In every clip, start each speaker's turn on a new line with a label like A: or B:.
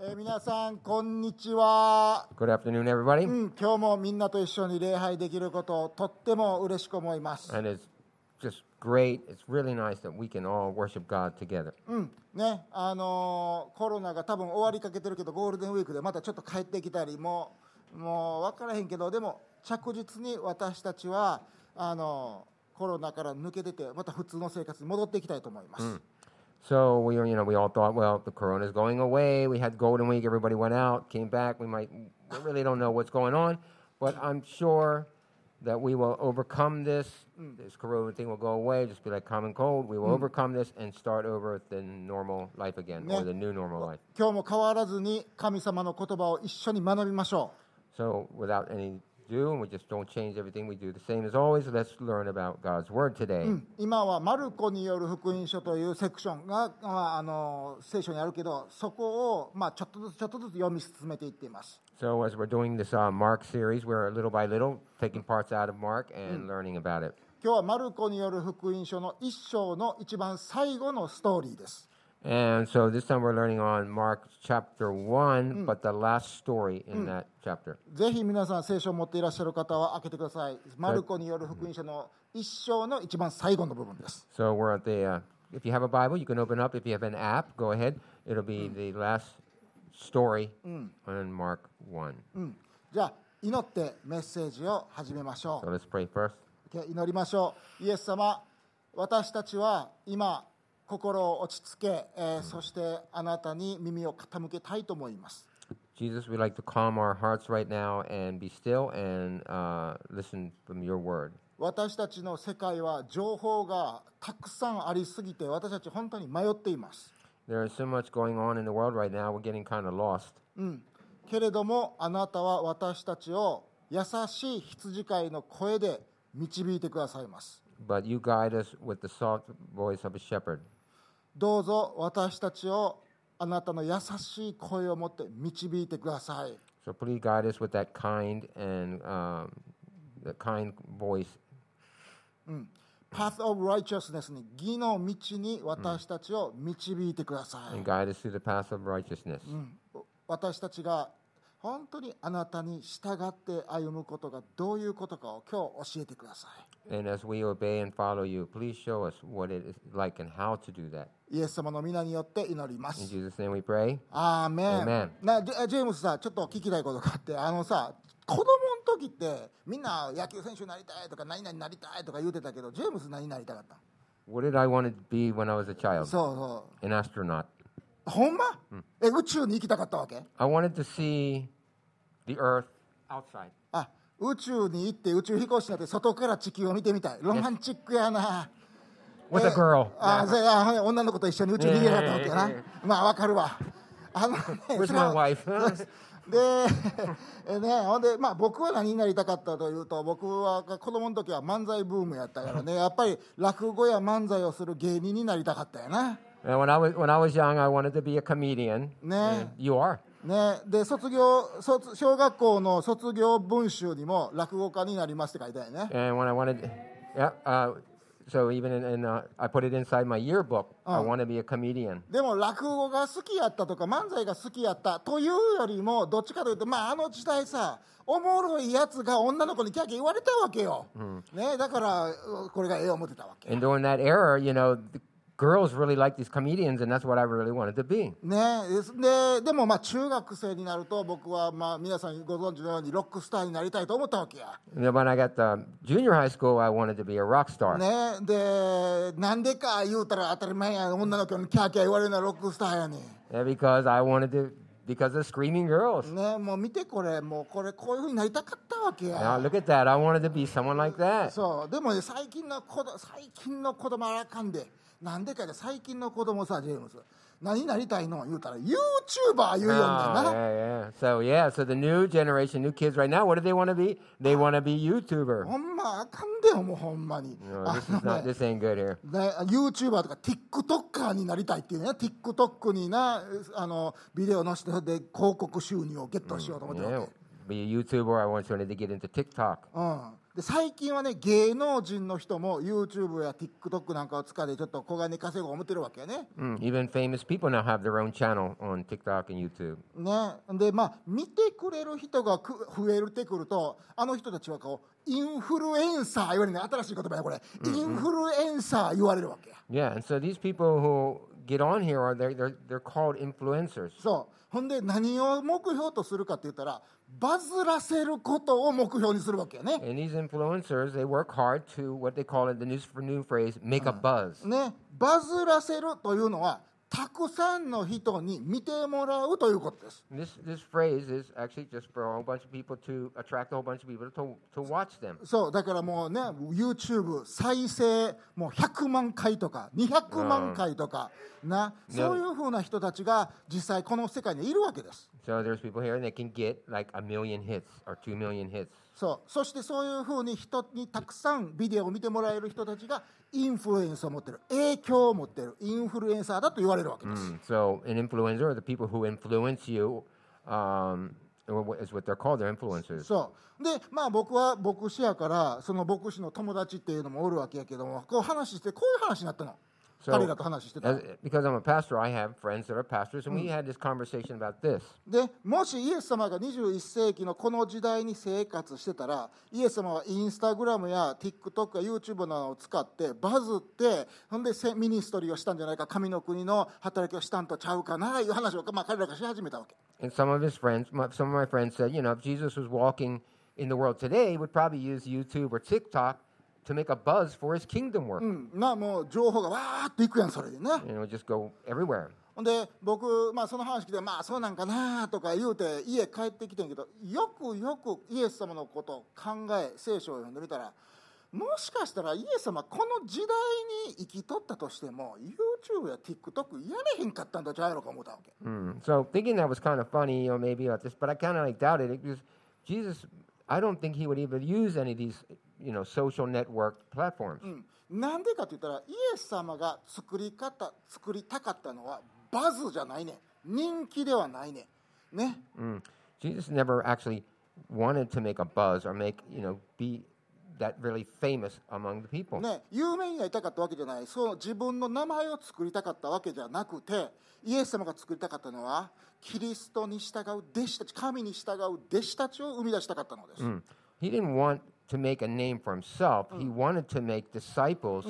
A: えー皆さん、こんにちは。
B: Good afternoon, everybody.
A: うん、今日もみんなと一緒に礼拝できることをとっても嬉しく思います。
B: And it's just great. It's really nice that we can all worship God together.
A: うん、ね、あのーコロナが多分終わりかけてるけど、ゴールデンウィークでまたちょっと帰ってきたり、もう、もう分からへんけど、でも着実に私たちは、あのーコロナから抜けてて、また普通の生活に戻っていきたいと思います。
B: So we, you know, we all thought, well, the corona's going away. We had Golden Week. Everybody went out, came back. We might, we really don't know what's going on, but I'm sure that we will overcome this. This corona thing will go away. Just be like common cold. We will overcome this and start over with the normal life again, or
A: Yeah.
B: the new normal life.
A: 今日も変わらずに神様の言葉を一緒に学びましょ
B: So without any do, and we just don't change everything. We do the same as always. Let's learn about God's word today.
A: う今はマルコによる福音書というセクションが、まあ、あの聖書にあるけどそこを、まあ、ちょっとずつちょっとずつ読み進めていっています、
B: So as we're doing this uh, Mark series, we're little by little taking parts out of Mark and learning about it.
A: 今日はマルコによる福音書の一章の一番最後のストーリーです、
B: And so this time we're learning on Mark chapter one, but the last story in that chapter.
A: ぜひ皆さん聖書を持っていらっしゃる方は開けてくださいマルコによる福音書の一章の一番最後の部分です
B: So we're at the. Uh, if you have a Bible, you can open up. If you have an app, go ahead. It'll be the last story on Mark one.
A: じゃあ祈ってメッセージを始めましょう
B: So let's pray first.
A: 祈りましょうイエス様私たちは今心を落ち着け、えーそしてあなたに耳を傾けたいと思います
B: Jesus, we'd like to calm our hearts right now and be still and uh, listen from your word.
A: 私たちの世界は情報がたくさんありすぎて私たち本当に迷っています
B: There is so much going on in the world right now. We're getting kind of lost.
A: けれどもあなたは私たちを優しい羊飼いの声で導いてくださいます
B: But you guide us with the soft voice of a shepherd.
A: どうぞ私たちをあなたの優しい声を持って導いてください
B: So please guide us with that kind and um, the kind voice.
A: Path of Righteousness に義の道に私たちを導いてください、
B: And guide us through the path of righteousness.
A: 私たちが本当にあなたに従って歩むことがどういうことかを今日教えてくださ
B: And as we obey and follow you, please show us what it is like and how to do that.
A: いイエス様の皆によって祈りま
B: In
A: す
B: Jesus' name we pray.
A: アーメン
B: Amen
A: なジェジェームスさちょっと聞きたいことがあってあのさ子供の時ってみんな野球選手になりたいとか何々になりたいとか言うてたけどジェームス何になりたかったの
B: What did I want to be when I was a child?
A: そうそ
B: An astronaut.
A: うほんま、え宇宙に行きたかったわけ
B: I wanted to see the earth outside.
A: あ宇宙に行って宇宙飛行士になって外から地球を見てみたいロマンチックやな
B: With a
A: え
B: girl.
A: あそれあほんで女の子と一緒に宇宙に逃げなかったわけやな、
B: ね
A: まあわかるわあのね
B: Where's
A: それは
B: my wife?
A: でえねほんでまあ僕は何になりたかったというと僕は子供の時は漫才ブームやったからねやっぱり落語や漫才をする芸人になりたかったやな
B: And eh, when I was when I was young, I wanted to be a comedian.
A: Nah.
B: And you are.
A: ね、で卒業卒小学校の卒業文集にも落語家になりますって書いてあるね
B: And when I wanted, yeah. Uh, so even in, in uh, I put it inside my yearbook. I want to be a comedian.
A: でも落語が好きやったとか漫才が好きやったというよりもどっちかというと、まあ、あの時代さおもろいやつが女の子にキャーキャー言われたわけよ、ね、だからうこれがええ思ってたわけ、
B: And during that era, you know, the girls really liked these comedians, and that's what I really wanted to be.
A: ね、ですででもまあ中学生になると僕はまあ皆さんご存知のようにロックスターになりたいと思ったわけや、
B: And then when I got to junior high school, I wanted to be a rock star.
A: ね、でなんでか言うたら当たり前や女の子にキャーキャー言われるのはロックスターやねん
B: And because I wanted to, because of screaming girls.
A: ね、もう見てこれもうこれこういうふうになりたかったわけや
B: Now look at that. I wanted to be someone like that.
A: そうでもね最近の子ど最近の子供あらあかんでなんでかで最近の子供さジェームス何なりたいの言うたら YouTuber 言うように
B: Oh,
A: なるな、
B: yeah, yeah. So yeah, so the new generation, new kids right now, what do they want to be? They want to be YouTuber.
A: ほんまあかんでよもうほんまに、
B: No,
A: あ
B: this is
A: の
B: not.
A: ね
B: This ain't good here.
A: ね、YouTuber とか TikToker になりたいっていうね TikTok になあのビデオ載せてそれで広告収入をゲットしようと思ってるわ
B: Yeah,
A: け、
B: be a YouTuber. I once wanted to get into TikTok.
A: うんで最近はね芸能人の人も YouTube や TikTok なんかを使ってちょっと小金稼ごう思ってるわけやね。
B: Mm, even famous people now have their own channel on TikTok and YouTube.
A: ね、でまあ見てくれる人がく増えてくるとあの人たちはこうインフルエンサー言われるね新しい言葉やこれ、インフルエンサー言われるわけや
B: Yeah, and so these people who get on here are they're they're, they're called influencers.
A: そうほんで何を目標とするかって言ったらバズらせることを目標にするわけやね
B: And these influencers, they work hard to what they call in the new, new phrase, make a buzz.
A: ねバズらせるというのはたくさんの人に見てもらうということです
B: And This this phrase is actually just for a whole bunch of people to attract a whole bunch of people to to watch them.
A: そうだからもうね YouTube 再生もう100万回とか200万回とか、なそういうふうな人たちが実際この世界にいるわけです
B: So there's people here and they can get like a million hits or two million hits.
A: そうそしてそういうふうに人にたくさんビデオを見てもらえる人たちがインフルエンスを持ってる影響を持ってるインフルエンサーだと言われるわけです、
B: Mm, So an influencer are the people who influence you, um, or what is what they're called. They're influencers.
A: そうでまあ僕は牧師やからその牧師の友達っていうのもおるわけやけどもこう話してこういう話になったの彼らと話してた
B: as- because I'm a pastor, I have friends that are pastors, and we had this conversation about this.
A: でもしイエス様が21世紀のこの時代に生活してたらイエス様はインスタグラムや TikTok や YouTube などを使ってバズってほんでせミニストリーをしたんじゃないか神の国の働きをしたんとちゃうかないう話を、まあ、彼らがし始めたわけ
B: And some of his friends, my, some of my friends said, you know, if Jesus was walking in the world today, he would probably use YouTube or TikTok to make a buzz for his kingdom work.
A: うんまあもう情報がわーっといくやんそれでね、
B: You know, just go everywhere.
A: ほんで僕、まあ、その話聞いてまあそうなんかなとか言うて家帰ってきてんけどよくよくイエス様のことを考え聖書を読んでみたらもしかしたらイエス様この時代に生きとったとしても YouTube や TikTok やれへんかったんだちゃうやろか思ったわけ
B: Mm. So thinking that was kind of funny, you know, maybe about this, but I kind of like doubted it because Jesus, I don't think he would even use any of these, you know, social network platforms.
A: うんな、んでかって言ったらイエス様が作り方作りたかったのはバズじゃないねん人気ではないねんね
B: Mm. Jesus never actually wanted to make a buzz or make, you know, be that really famous among the people.
A: ね、有名になりたかったわけじゃないそう自分の名前を作りたかったわけじゃなくてイエス様が作りたかったのはキリストに従う弟子たち神に従う弟子たちを生み出したかったのです、
B: Mm. He didn't want to make a name for himself. He wanted to make disciples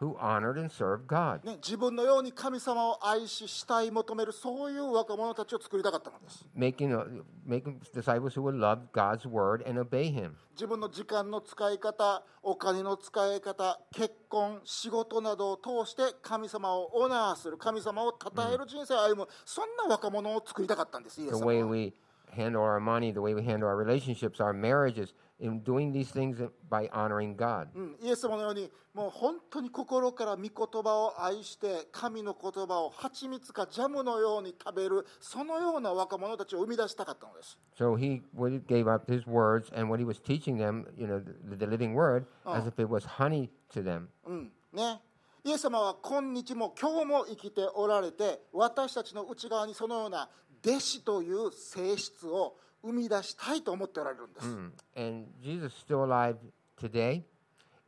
B: who honored and served God.
A: ね、自分のように神様を愛し慕い求めるそういう若者たちを作りたかったのです
B: Making, uh, making disciples who would love God's word and obey him.
A: 自分の時間の使い方お金の使い方結婚仕事などを通して神様をオナーする神様を称える人生を歩む、そんな若者を作りたかったんですイエス
B: the
A: 様は
B: way we handle our money, the way we handle our relationships, our marriages, in doing these things by honoring God.
A: うんイエス様のようにもう本当に心から御言葉を愛して神の言葉を蜂蜜かジャムのように食べるそのような若者たちを生み出したかったのです
B: So he what he gave up his words and what he was teaching them, you know, the, the living word, as if it was honey to them.
A: うんねイエス様は今日も今日も生きておられて私たちの内側にそのような弟子という性質を生み出したいと思っておられるんです、
B: Mm. And Jesus is still alive today,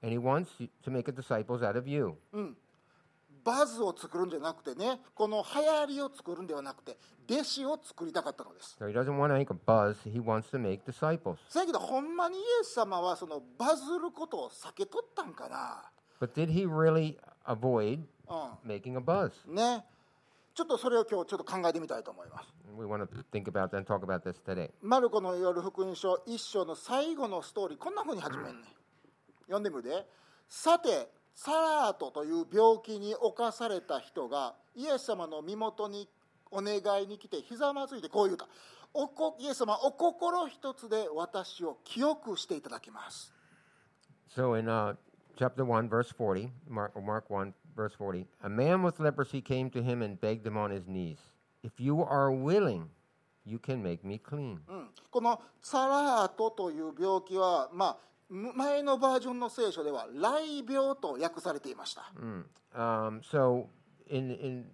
B: and he wants you- to make disciples out of you.
A: バズを作るんじゃなくてねこの流行りを作るんではなくて弟子を作りたかったのです
B: So he doesn't want to make a buzz, he wants to make disciples.
A: せやけどほんまにイエス様はそのバズることを避けとったんかな
B: But did he really avoid
A: う
B: making a buzz?
A: んねちょっとそれを今日ちょっと考えてみたいと思います
B: We want to think about that and talk about this today.
A: マルコの夜福音書一章の最後のストーリーこんなふうに始めんねん読んでみるでさてサラートという病気に侵された人がイエス様の身元にお願いに来てひざまずいてこう言うたおこイエス様お心一つで私を清くしていただきます
B: So in uh, chapter 1, verse 40, Mark, Mark 1, verse 40, a man with leprosy came to him and begged him on his knees, If you are willing, you can make me clean.
A: うんこのサラートという病気は、まあ、む前のバージョンの聖書では雷病と訳されていました、
B: Mm. Um, so in, in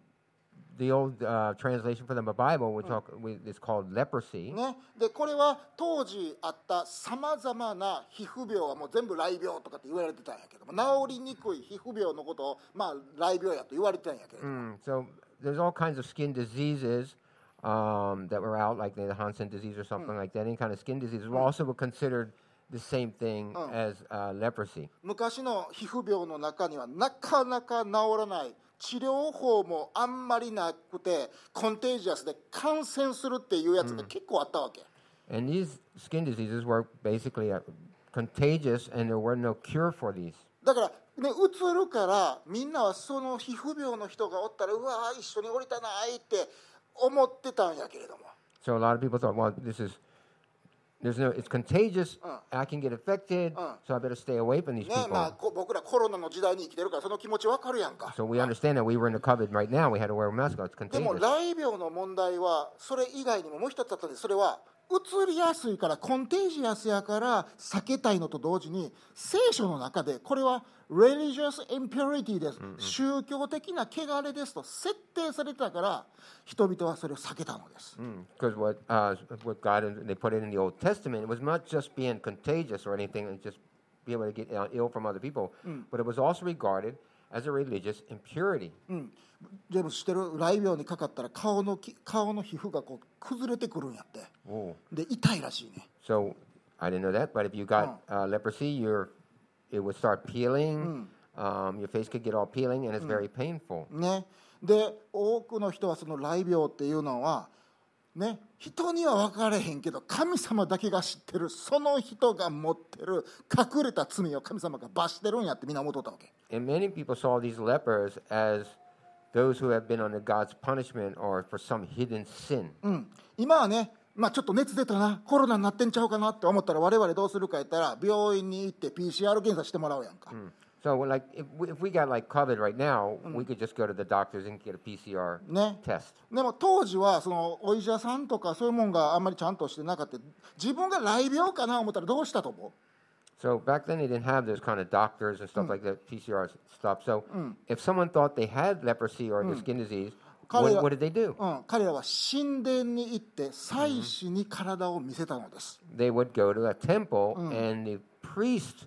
B: the old uh, translation for the Bible, we talk, we, it's called leprosy.
A: ね、でこれは当時あったさまざまな皮膚病はもう全部雷病とかって言われてたんやけども治りにくい皮膚病のことを、まあ、雷病やと言われてたんやけれども、
B: Mm, so there's all kinds of skin diseases um, that were out, like the Hansen disease or something like that. Any kind of skin disease were also were considered the same thing as uh, leprosy.
A: 昔の皮膚病の中にはなかなか治らない治療法もあんまりなくてコンテージアスで感染するっていうやつが結構あったわけ、
B: And these skin diseases were basically uh, contagious, and there were no cure for these.
A: だからねうつるからみんなはその皮膚病の人がおったらうわー一緒に降りたないって思ってたんやけれども
B: So a lot of people thought, well, this is there's no it's contagious.
A: Uh.
B: I can get affected,
A: Uh.
B: so I better stay away from these
A: ね
B: people.
A: まあ、こ僕らコロナの時代に生きてるからその気持ちわかるやんか
B: So we understand that we were in the COVID right now. We had to wear a mask. It's
A: でも
B: contagious.
A: 雷病の問題はそれ以外にももう一つあったんですそれはうつりやすいからコンテージアスやから避けたいのと同時に聖書の中でこれは religious impurity です、宗教的な汚れですと設定されてたから人々はそれを避けたのです、
B: Because what uh, what God and they put it in the Old Testament, it was not just being contagious or anything, and just be able to get uh, ill from other people,
A: Hmm.
B: but it was also regarded as a religious impurity.
A: Hmm. ジェームス知ってる雷病にかかったら顔のき顔の皮膚がこう崩れてくるんやって
B: Whoa.
A: で痛いらしいね
B: So I didn't know that, but if you got uh, leprosy, your it would start peeling. Um, your face could get all peeling, and it's very painful.
A: ね、で多くの人はその雷病っていうのは、ね、人には分かれへんけど神様だけが知ってるその人が持ってる隠れた罪を神様が罰してるんやってみんな思っとったわけ
B: And many people saw these lepers as those who have been under God's punishment or for some hidden sin.
A: 今はね、まあ、ちょっと熱出たなコロナになってんちゃうかなって思ったら我々どうするか言ったら病院に行って PCR 検査してもらうやんか、
B: So, well, like, if we, if we got like COVID right now, we could just go to the doctors and get a PCR
A: Ne.
B: test.
A: でも当時はそのお医者さんとかそういうもんがあんまりちゃんとしてなかった自分が雷病かな思ったらどうしたと思う
B: So back then they didn't have those kind of doctors and stuff like that, PCR stuff. So if someone thought they had leprosy or the skin disease,
A: Kinda-
B: what, what did they do?
A: うん、彼らは神殿に行って祭祀に体を見せたのです、
B: They would go to a temple and the priest.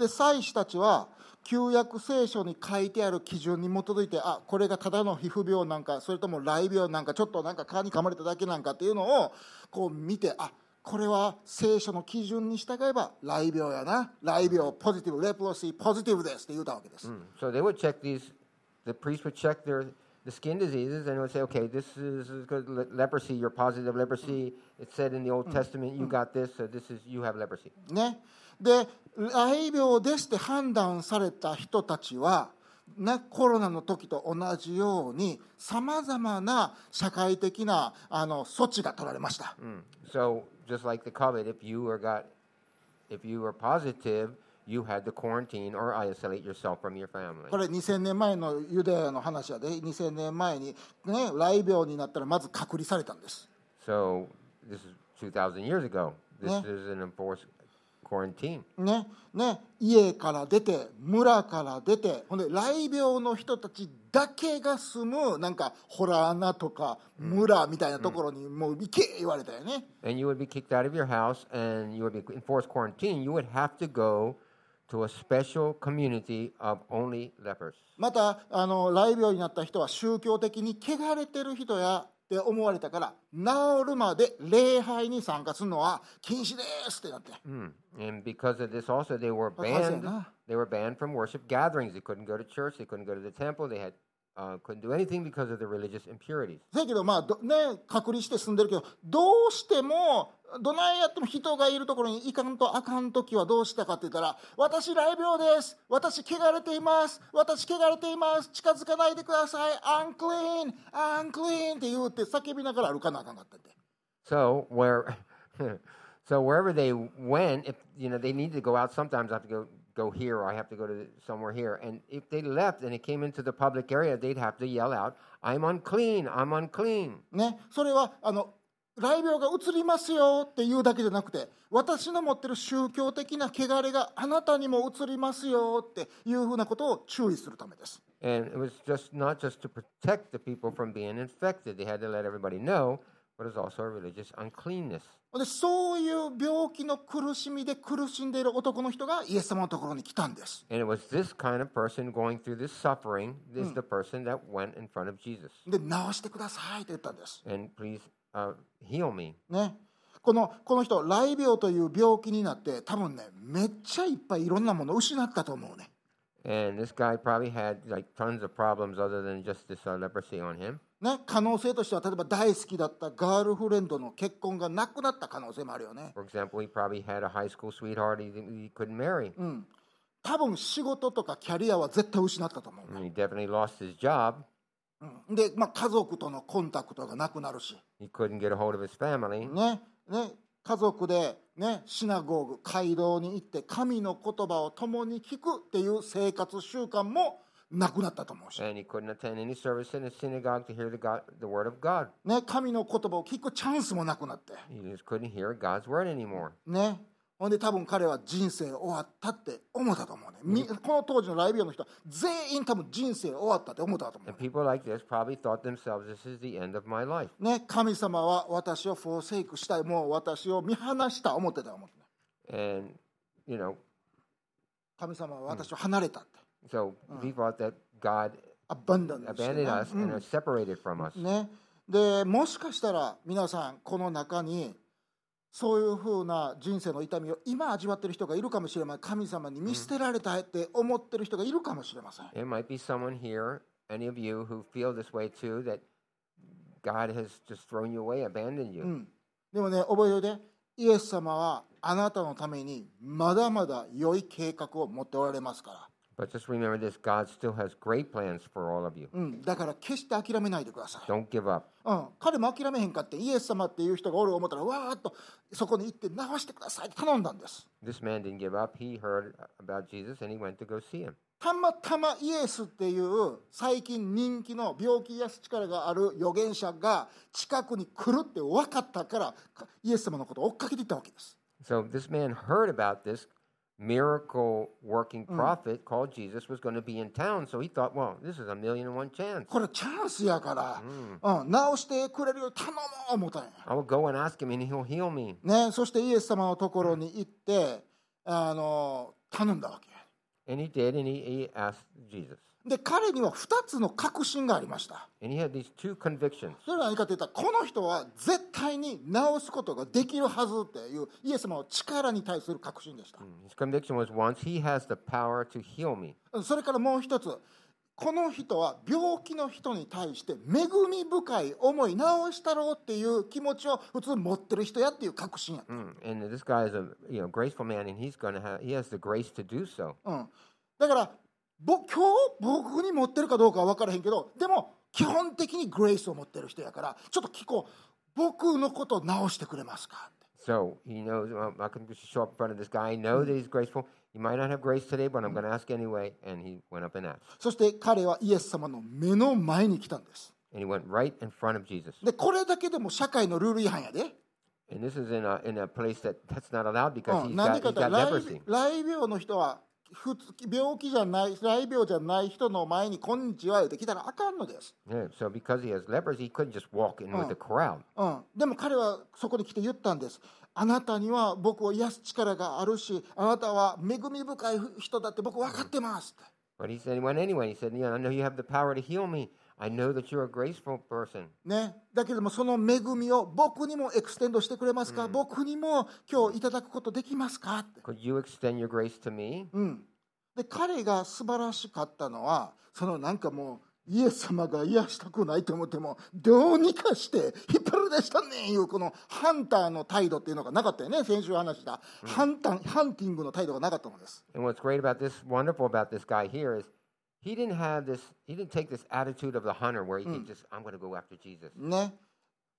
A: で祭司たちは旧約聖書に書いてある基準に基づいてあこれがただの皮膚病なんかそれとも雷病なんかちょっとなんか蚊に噛まれただけなんかっていうのをこう見てあこれは聖書の基準に従えば雷病やな雷病ポジティブレプロシーポジティブですって言うたわけです、
B: hmm, So they would check these. The priest would check their the skin diseases and would say, okay, this is, is good le- leprosy. You're positive leprosy. It said in the Old Testament you got this, so this is you have leprosy.
A: ね、で雷病ですって判断された人たちは、ね、コロナの時と同じようにさまざまな社会的なあの措置が取られました、
B: So just like the COVID, if you were got, if you were positive, you had to quarantine or isolate yourself from your family.
A: これ2000年前のユダヤの話やで2000年前に、ね、雷病になったらまず隔離されたんです
B: So this is 2,000 years ago. This
A: Yeah.
B: is an enforced quarantine.
A: ねね、家から出て村から出てほんで雷病の人たちだけが住むなんかホラー穴とか村みたいなところにもう行け言われたよね、
B: And you would be kicked out of your house and you would be enforced quarantine. You would have to go to a special community of only lepers.
A: またあの雷病になった人は宗教的に汚れてる人やって思われたから治るまで礼拝に参加するのは禁止ですってなって、
B: Mm. And because of this, also they were
A: Well, how's that
B: banned.
A: not?
B: They were banned from worship gatherings. They couldn't go to church. They couldn't go to the temple. They had uh, couldn't do anything because of the religious impurities.
A: せやけどまあどね隔離して住んでるけどどうしてもどないやっても人がいるところに行かんとあかん時はどうしたかって言ったら「私雷病です私汚れています私汚れています近づかないでくださいアンクリーンアンクリーン」って言うって叫びながら歩かなあかんかったって。
B: So where, so wherever they went, if you know they needed to go out, sometimes I have to go go here, or I have to go to somewhere here. And if they left and it came into the public area, they'd have to yell out, "I'm unclean! I'm unclean!"
A: ね、それはあの雷病がうつりますよって言うだけじゃなくて私の持ってる宗教的な汚れがあなたにもうつりますよっていうふうなことを注意するためです
B: And it was just not just to protect the people from being infected, they had to let everybody know, but it's also a religious uncleanness.
A: でそういう病気の苦しみで苦しんでいる男の人がイエス様のところに来たんです
B: And it was this kind of person going through this suffering is the person that went in front of Jesus
A: で治してくださいって言ったんです、
B: and please uh, heal me.
A: ね、このこの人雷病という病気になって多分ねめっちゃいっぱいいろんなものを失ったと思うね
B: And this guy probably had like tons of problems other than just this uh, leprosy on him.
A: ね可能性としては例えば大好きだったガールフレンドの結婚がなくなった可能性もあるよね
B: For example, he probably had a high school sweetheart he, he couldn't marry.
A: 多分仕事とかキャリアは絶対失ったと思う、
B: And he definitely lost his job.
A: うんで、まあ、家族とのコンタクトがなくなるし、
B: He couldn't get a hold of his family.
A: ねね、家族で、ね、シナゴーグ街道に行って神の言葉を共に聞くっていう生活習慣もなくなったと思うし、
B: And he couldn't attend any service in the synagogue to hear the, God, the word of God.
A: ね、神の言葉を聞くチャンスもなくなって、
B: He just couldn't hear God's word anymore.
A: ね、ほんで多分彼は人生終わったって思ったと思うねみこの当時のライビオの人は全員多分人生終わったって思ったと思う
B: And people like this probably thought themselves, this is the end of my life.
A: ね、神様は私をフォーセイクしたい、もう私を見放した、思ってた、思ってた。
B: And, you know,
A: 神様は私を離れたって、
B: so he thought that God
A: アバンダン
B: abandoned us and are separated from us.
A: ね。で、もしかしたら皆さん、この中に、そういうふうな人生の痛みを今味わってる人がいるかもしれません。神様に見捨てられたいって思ってる人がいるかもしれません。
B: It might be someone here, any of you who feel this way too, that God has just thrown you away, abandoned
A: Mm.
B: you.
A: でもね、覚えておいて、イエス様はあなたのためにまだまだ良い計画を持っておられますから。
B: But just remember this God still has great plans for all of you.
A: うん、だから決して諦めないでください。
B: Don't give up.
A: うん、彼も諦めへんかってイエス様っていう人がおる思ったらわーっとそこに行って直してくださいって頼んだんです
B: This man didn't give up. He heard about Jesus and he went to go see him.
A: たまたまイエスっていう最近人気の病気癒す力がある預言者が近くに来るって分かったからかイエス様のことを追っかけていったわけです
B: So this man heard about this miracle working prophet called Jesus was going to be in town. So he thought, well, this is a million and one chance.
A: これチャンスやから、うん直してくれるように頼もう思ったんや
B: I will go and ask him and he'll heal me.
A: ねそしてイエス様のところに行ってあの頼んだわけ
B: And he did, and he, he asked Jesus.
A: で彼には2つの確信がありました
B: And he had these two convictions.
A: それは何かというとこの人は絶対に治すことができるはずっていうイエス様の力に対する確信でした、
B: His conviction was once he has the power to heal me.
A: それからもう一つこの人は病気の人に対して恵み深い思い治したろうっていう気持ちを普通持ってる人やっていう確信や、
B: Mm. And this guy is a you know graceful man, and he's going to have he has the grace to do so.
A: うん、だからぼ今日僕に持ってるかどうかは分からへんけどでも基本的にグレイスを持ってる人やからちょっと聞こう僕のことを治してくれますかって
B: So he knows well, I can just show up in front of this guy. I know that he's graceful. He might not have grace today, but I'm going to ask anyway. And he went up and asked,
A: そして彼はイエス様の目の前に来たんです
B: and he went right in front of Jesus.
A: でこれだけでも社会のルール違反やで、
B: And this is in a in a place that that's Oh, not allowed
A: う
B: because
A: ん
B: he's
A: なんでかって言
B: got, he's got
A: ったら雷
B: leprosy.
A: 雷病の人は普通病気じゃない雷病じゃない人の前に「こんにちは」言って来たらあかんのです、
B: Yeah, so because he has leprosy, he couldn't just walk in with the crowd.
A: うん、でも彼はそこに来て言ったんですあなたには僕を癒す力があるしあなたは恵み深い人だって僕分かってますって
B: But he said he went anyway. He said, "Yeah, I know you have the power to heal me. I know that you're a graceful person."
A: ね、だけどもその恵みを僕にもエクステンドしてくれますか、僕にも今日いただくことできますかって
B: Could you extend your grace to me?
A: で彼が素晴らしかったのはそのなんかもうイエス様が癒したくないと思ってもどうにかして引っ張り出したねんいうこのハンターの態度っていうのがなかったよね先週話した、ハンターハンティングの態度がなかったのです
B: And what's great about this, wonderful about this guy here is he didn't have this, he didn't take this attitude of the hunter where he could just, I'm going to go after Jesus.
A: ね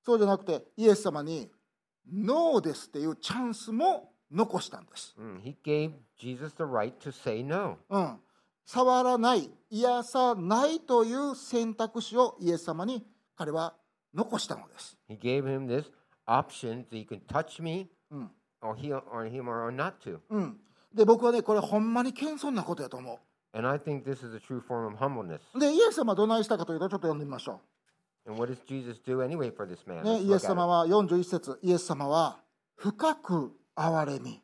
A: そうじゃなくてイエス様に「ノーです」っていうチャンスも残したんです、
B: Mm, He gave Jesus the right to say no.
A: うん、触らない癒さないという選択肢をイエス様に彼は残したのです
B: He gave him this options that you can touch me
A: うん。
B: or heal or him or not to.
A: うん。で、僕はね、これほんまに謙遜なことやと思
B: And I think this is a true form of humbleness.
A: う。で、イエス様はどないしたかというと、ちょっと読んでみましょ
B: And what does Jesus do anyway for this man?
A: う。ね、
B: Let's
A: イエ
B: look
A: ス
B: at it.
A: 様は41節イエス様は、深く憐れみ。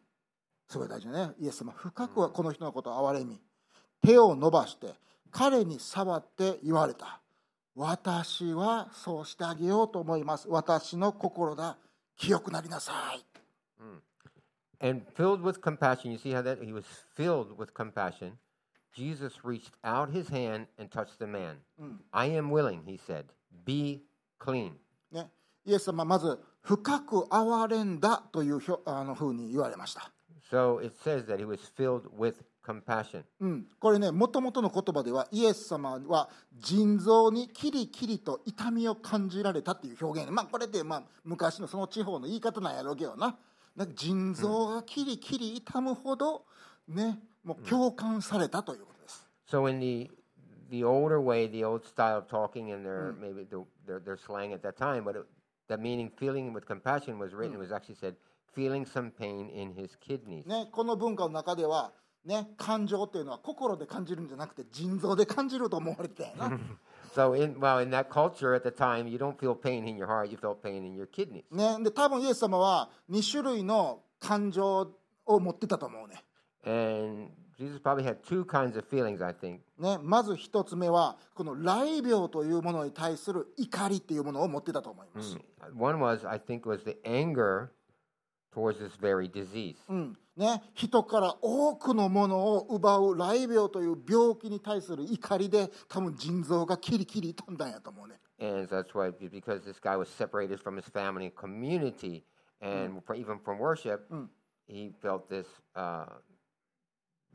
A: すごい大事ね。イエス様、深くはこの人のことを憐れみ。手を伸ばして、彼に触って言われた。私はそうしてあげようと思います。私の心だ。清くなりなさい。
B: And filled with compassion, you see how that he was filled with compassion. Jesus reached out his hand and touched the man. I am willing, he said. Be clean.
A: ね、イエス様はまず「深く憐れんだ」というひょあの風に言われました、
B: So it says that he was filled with compassion.
A: うん、これねもともとの言葉ではイエス様は腎臓にキリキリと痛みを感じられたっていう表現まあこれってまあ昔のその地方の言い方なんやろうけどななんか腎臓がキリキリ痛むほどねもう共感されたということです、
B: So in the the older way, the old style of talking and their maybe the, their their slang at that time, but it, the meaning feeling with compassion was written. It was actually said feeling some pain in his kidneys.
A: ね、この文化の中ではね感情っていうのは心で感じるんじゃなくて腎臓で感じると思われてたよな
B: So in well in that culture at the time, you don't feel pain in your heart. You felt pain in your kidneys.
A: ね、で多分イエス様は2種類の感情を持ってたと思うね
B: And Jesus probably had two kinds of feelings, I think.
A: ねまず1つ目はこの雷病というものに対する怒りっていうものを持ってたと思います、
B: One was, I think, was the anger towards this very disease.
A: うんね、人から多くのものを奪う雷病という病気に対する怒りで多分腎臓がキリキリ痛んだんやと思うね
B: And that's why, because this guy was separated from his family and community, and fr- even from worship, he felt this uh,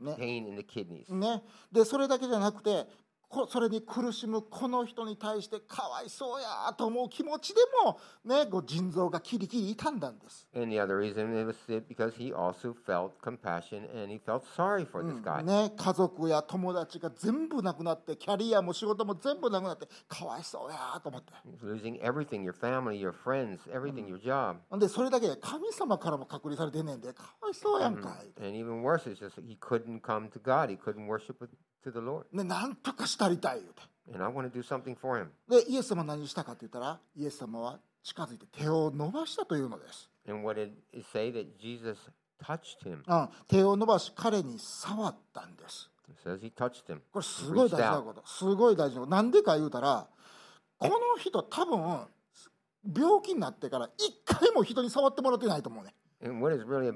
A: Ne-
B: pain in the kidneys.
A: ね、でそれだけじゃなくてこそれに苦しむこの人に対してかわいそうやと思う気持ちでも、ね、こう腎臓がキリキリ痛んだんです。
B: And the other reason it was that because he also felt compassion and he felt sorry for this guy.
A: ね、家族や友達が全部なくなってキャリアも仕事も全部なくなってかわいそうやと思って
B: He was losing everything your family, your friends, everything, your job.
A: ほんでそれだけで神様からも隔離されてんねんでかわいそうやんかい、
B: And even worse, it's just that he couldn't come to God. He couldn't worship with, to the Lord.
A: ね、なんとかしたりたい言う
B: And I want to do something for him.
A: てでイエス様は何したかって言ったらイエス様は近づいて手を伸ばしたというのです、
B: And what did it say? That Jesus touched him.
A: うん、手を伸ばし彼に触ったんです
B: It says he touched him.
A: これすごい大事なことすごい大事なことなんでか言うたらこの人多分病気になってから一回も人に触ってもらってないと思うね
B: And what is really,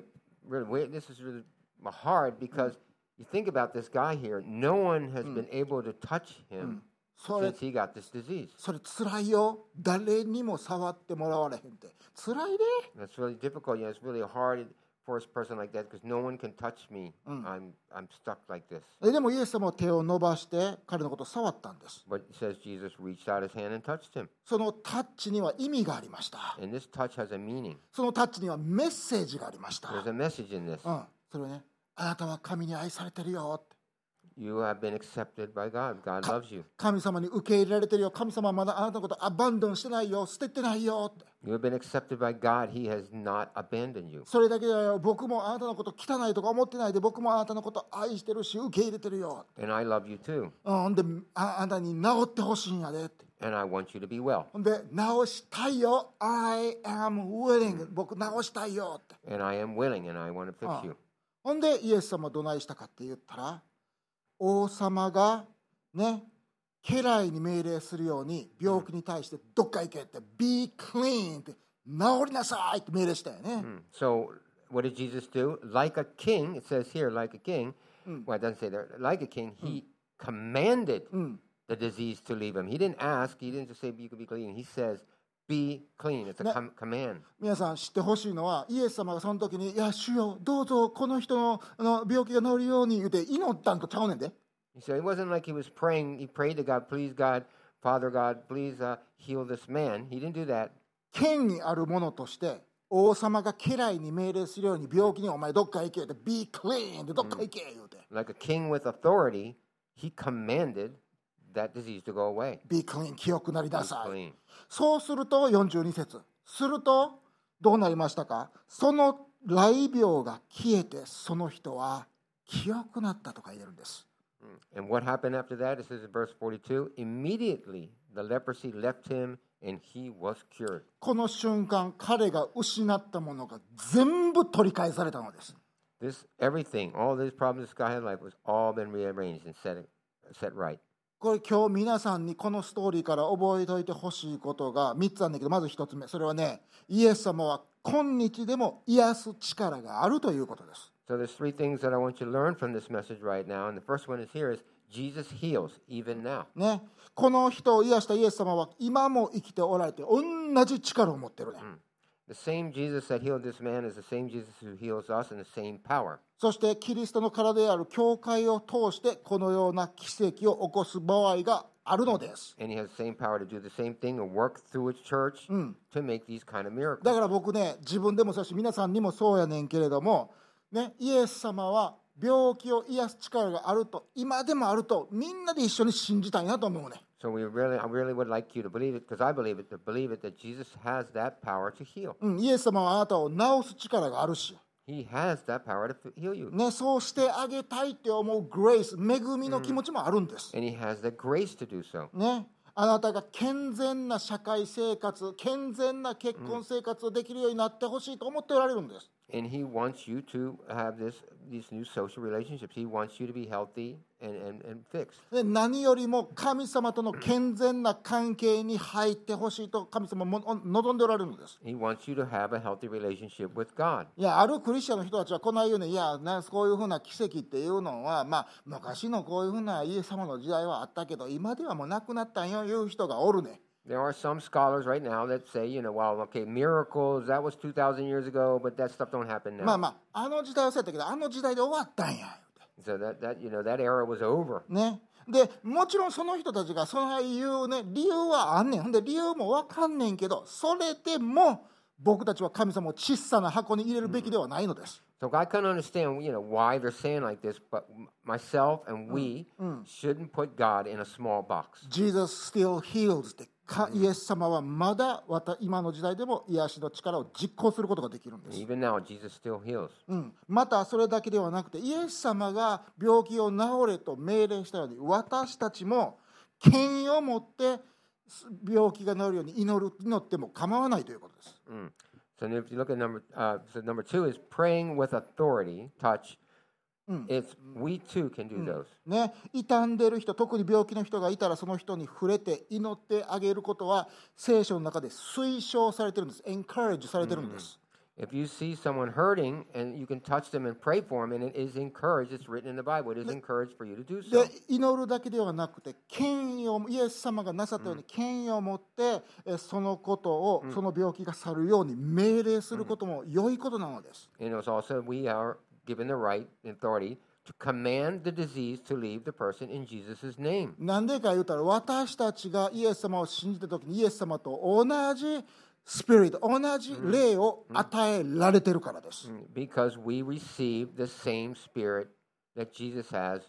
B: really weird, this is really hard because you think about this guy here, no one has been able to touch him
A: それ
B: since he got this disease.
A: それつらいよ誰にも触ってもらわれへんってつらいで
B: That's really difficult. You know, it's really hard for a person like that because no one can touch me. I'm, I'm stuck like this.
A: えでもイエス様は手を伸ばして彼のことを触ったんです
B: But it says Jesus reached out his hand and touched him.
A: そのタッチには意味がありました
B: And this touch has a meaning.
A: そのタッチにはメッセージがありました、
B: There's a message in this.
A: うん、それはねあなたは神に愛されてるよって
B: You have been accepted by God. God loves you.
A: 神様に受け入れられてるよ神様はまだあなたのことアバンドンしてないよ捨ててないよって
B: You have been accepted by God. He has not abandoned you.
A: それだけだよ僕もあなたのこと汚いとか思ってないで僕もあなたのこと愛してるし受け入れてるよ、
B: And I love you too.
A: うん、ほんでああなたに治ってほしいんやでって
B: And I want you to be well.
A: ほんで直したいよ I am willing 僕直したいよって
B: And I am willing and I want to fix
A: Ah.
B: you.
A: ほんでイエス様どないしたかって言ったら王様がね家来に命令するように病気に対してどっか行けって Be clean って治りなさいって命令したよね、
B: Mm. So, what did Jesus do? Like a king, it says here, like a king. Well, it doesn't say there. Like a king, he commanded the disease to leave him. He didn't ask. He didn't just say, you can be clean. He says, be clean. It's a
A: No.
B: com- command.
A: 皆さん知ってほしいのはイエス様がその時に「いや主よどうぞこの人のあの病気が治るように」言うて祈ったんとちゃうねんで
B: So it wasn't like he was praying. He prayed to God, please, God, Father God, please uh, heal this man. He didn't do that.
A: 権にあるものとして王様が家来に命令するように病気に「お前どっか行け」って「Be clean」ってどっか行け言うて
B: Like a king with authority, he commanded that disease to go away.
A: Be clean 清くなりなさ
B: Be
A: い
B: clean.
A: そうすると42節するとどうなりましたかその雷病が消えてその人は清くなったとか言えるんです
B: And what happened after that? It says in verse 42 immediately the leprosy left him and he was cured.
A: この瞬間彼が失ったものが全部取り返されたのです
B: This, everything, all these problems this guy had in life was all been rearranged and set, set right.
A: これ今日皆さんにこのストーリーから覚えておいてほしいことが3つあるんだけどまず1つ目それはねイエス様は今日でも癒す力があるということです
B: So there's three things that I want you to learn from this message right now. And the first one is here is Jesus heals even now.
A: ね、この人を癒したイエス様は今も生きておられて同じ力を持ってるね、
B: The same Jesus that healed this man is the same Jesus who heals us in the same power.
A: そしてキリストの体である教会を通してこのような奇跡を起こす場合があるのです。
B: And he has the same power to do the same thing and work through his church to make these kind of miracles.
A: だから僕ね自分でもそうやし皆さんにもそうやねんけれども、ね、イエス様は病気を癒す力があると今でもあるとみんなで一緒に信じたいなと思うね。
B: So we really, I really would like you to believe it because I believe it. To believe it that Jesus has that power to heal.
A: うん、イエス様はあなたを治す力があるし、
B: He has that power to f- heal you,
A: ね、そうしてあげたいって思うグレイス恵みの気持ちもあるんです。
B: and He has the grace to do so.
A: ね、あなたが健全な社会生活健全な結婚生活をできるようになってほしいと思っておられるんです、
B: And He wants you to have this, these new social relationships. He wants you to be healthy and, and, and fixed.
A: で何よりも神様との健全な関係に入ってほしいと神様も望んでおられるんです
B: He wants you to have a healthy relationship with God.
A: いやあるクリスチャンの人たちはこないようにいやなこういうふうな奇跡っていうのは、まあ、昔のこういうふうなイエス様の時代はあったけど今ではもうなくなったんよいう人がおるね
B: There are some scholars right now that say, you know, well, okay, miracles that was two thousand years ago, but that stuff don't happen now.
A: まあまああの時代はそうやったけどあの時代で終わったんや言うて
B: So that that you know that era was over.
A: ね、でもちろんその人たちがその言う、ね、理由はあんねんほんで理由もわかんねんけどそれでも僕たちは神様を小さな箱に入れるべきではないのです、
B: So I couldn't understand, you know, why they're saying like this, but m- myself and we shouldn't put God in a small box.
A: Jesus still heals ってかイエス様はまだわた今の時代でも癒しの力を実行することができるんです、
B: Even now, Jesus still heals.
A: うん、またそれだけではなくてイエス様が病気を治れと命令したように私たちも権威を持って病気が治るように祈る祈っても構わないということです
B: Mm. So if you look at number, uh, so number two is praying with authority, touch. It's we too can do those.
A: ね、傷んでる人特に病気の人がいたらその人に触れて祈ってあげることは聖書の中で推奨されてるんです encourage されてるんです、
B: If you see someone hurting and you can touch them and pray for them, and it is encouraged, it's written in the Bible, it is encouraged for you to do so.
A: で祈るだけではなくて権威をイエス様がなさったように権威を持って、えそのことを、その病気が去るように命令することも良いことなのです、
B: And it's also we are given the right and authority to command the disease to leave the person in Jesus' name.
A: なんでか言うたら私たちがイエス様を信じた時にイエス様と同じスピリット同じ霊を与えられてるからです、
B: because we receive the same spirit that Jesus has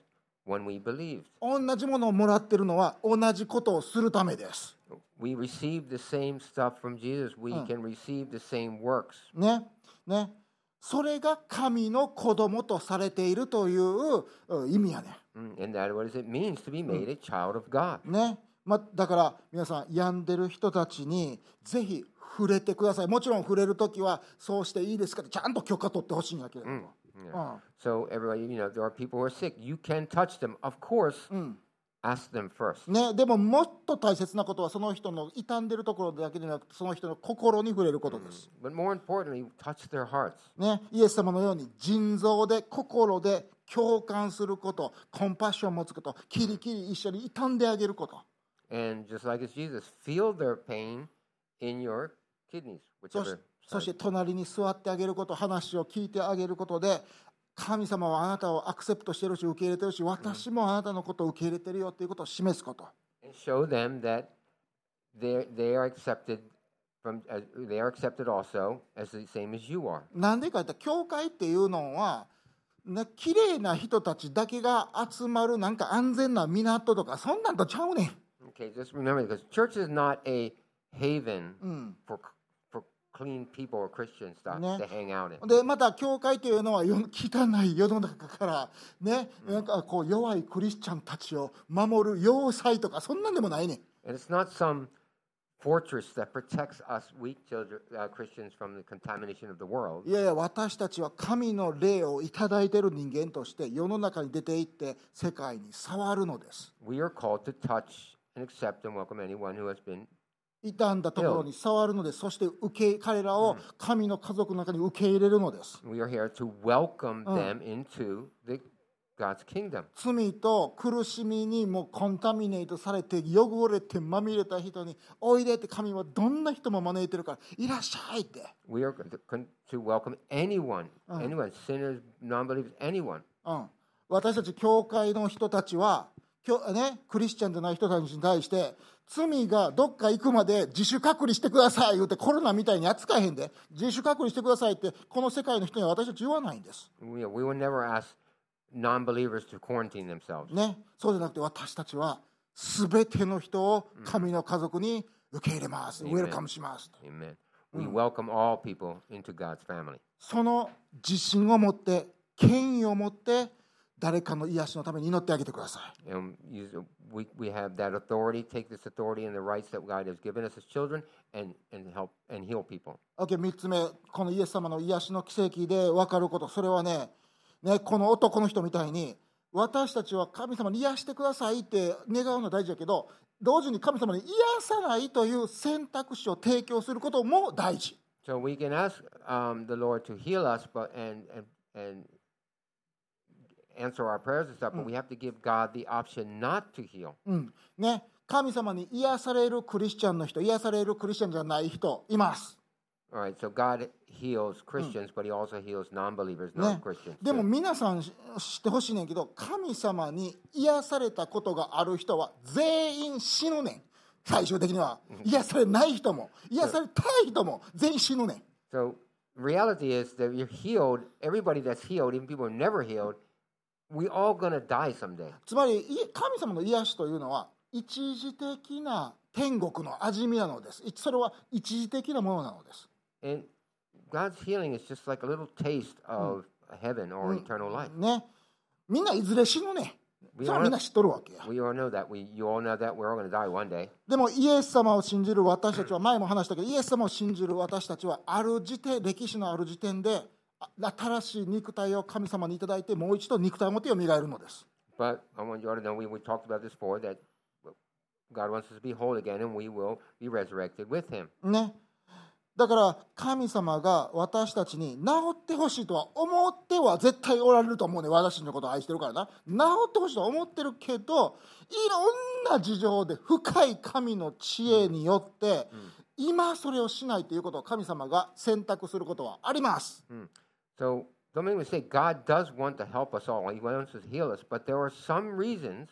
B: when we believed.
A: 同じものをもらってるのは同じことをするためです。
B: We receive the same stuff from Jesus. We can receive the same works.
A: ね。ね。それが神の子供とされているといううん意味やね。
B: Mm, And that is what it means to be made a child of God.
A: ね。ま、だから皆さん病んでる人たちにぜひ触れてください。もちろん触れるときはそうしていいですかってちゃんと許可取ってほしいんやけれども。
B: Yeah.
A: うん
B: So everybody, you know, there are people who are sick. You can touch them. Of course, ask them first.
A: ね、でももっと大切なことはその人の傷んでるところだけでなくその人の心に触れることです。
B: But more importantly, touch their hearts.
A: ね、イエス様のように腎臓で心で共感することコンパッションを持つことキリキリ一緒に傷んであげること
B: And just like it's Jesus, feel their pain in your kidneys,
A: そし
B: whichever.
A: そして隣に座ってあげること話を聞いてあげることで神様はあなたをアクセプトしてるし受け入れてるし私もあなたのことを受け入れてるよっていうことを示すこと、
B: and show them that they they are accepted from as, they are accepted also as the same as you are.
A: なんでかって教会っていうのは、ね、綺麗な人たちだけが集まるなんか安全な港とかそんなんとちゃうねん。
B: Okay, just remember because church is not a haven for for clean people or Christian stuff
A: Ne.
B: to hang out in.
A: でまた教会というのはよ汚い世の中から、ね、なんかこう弱いクリスチャンたちを守る要塞とかそんなんでもないねん
B: And it's not some fortress that protects us weak children, uh, Christians from the contamination of the world.
A: いやいや私たちは神の霊をいただいている人間として世の中に出て行って世界に触るのです
B: We are called to touch and accept and welcome anyone who has been.
A: 傷んだところに触るのですそして受け彼らを神の家族の中に受け入れるのです
B: We are here to welcome them into the God's kingdom.
A: 罪と苦しみにもうコンタミネートされて汚れてまみれた人に「おいで」って神はどんな人も招いてるから「いらっしゃい」って、
B: We are to con- to welcome anyone, anyone, sinners, non-believers, anyone.
A: うん、私たち教会の人たちは教、ね、クリスチャンじゃない人たちに対して罪がどっか行くまで自主隔離してください言うてコロナみたいに扱えへんで自主隔離してくださいってこの世界の人には私たち言わないんです、
B: We, we will never ask non-believers to quarantine themselves.
A: ね、そうじゃなくて私たちは全ての人を神の家族に受け入れます、ウェルカムしますと
B: Amen. We welcome all people into God's family.
A: その自信を持って権威を持って誰かの癒しのために祈ってあげてください
B: And use, we, we have that authority, take this authority and the rights that God has given us as children and, and help and heal people.
A: OK、3つ目、このイエス様の癒しの奇跡で分かること、それはね、ねこの男の人みたいに、私たちは神様に癒してくださいって願うのは大事だけど、同時に神様に癒さないという選択肢を提供することも大事。
B: So we can ask um, the Lord to heal us but and, and, and answer our prayers and stuff, but we have to give God the option not to heal.
A: うんね、神様に癒されるクリスチャンの人、癒されるクリスチャンじゃない人、います。
B: All right, so God heals Christians, but he also heals non believers,
A: ね
B: non Christians.
A: でも皆さんし知ってほしいねんけど神様に癒されたことがある人は全員死ぬねん最終的には癒されない人も癒されたい人も全員死ぬねん
B: So reality is that you're healed. Everybody that's healed, even people who are never healed, we all gonna die someday.
A: つまりい神様の癒しというのは一時的な天国の味見なのですいそれは一時的なものなのです
B: And God's healing is just like a little taste of heaven or eternal life.
A: ねみんないずれ死ぬねん
B: We
A: それはみんな
B: all,
A: 知っとるわけや
B: we all know that. We you all know that we're all gonna die one day.
A: でもイエス様を信じる私たちは前も話したけどイエス様を信じる私たちはある時点歴史のある時点であ新しい肉体を神様にいただいてもう一度肉体を持って蘇るのです、
B: But I want you all to know we, we talked about this before that God wants us to be whole again and we will be resurrected with him.
A: ね、だから神様が私たちに治ってほしいとは思っては絶対おられると思うね私たちのことを愛してるからな治ってほしいとは思ってるけどいろんな事情で深い神の知恵によって、今それをしないということを神様が選択することはあります。
B: So don't make me say God does want to help us all. He wants to heal us, but there are some reasons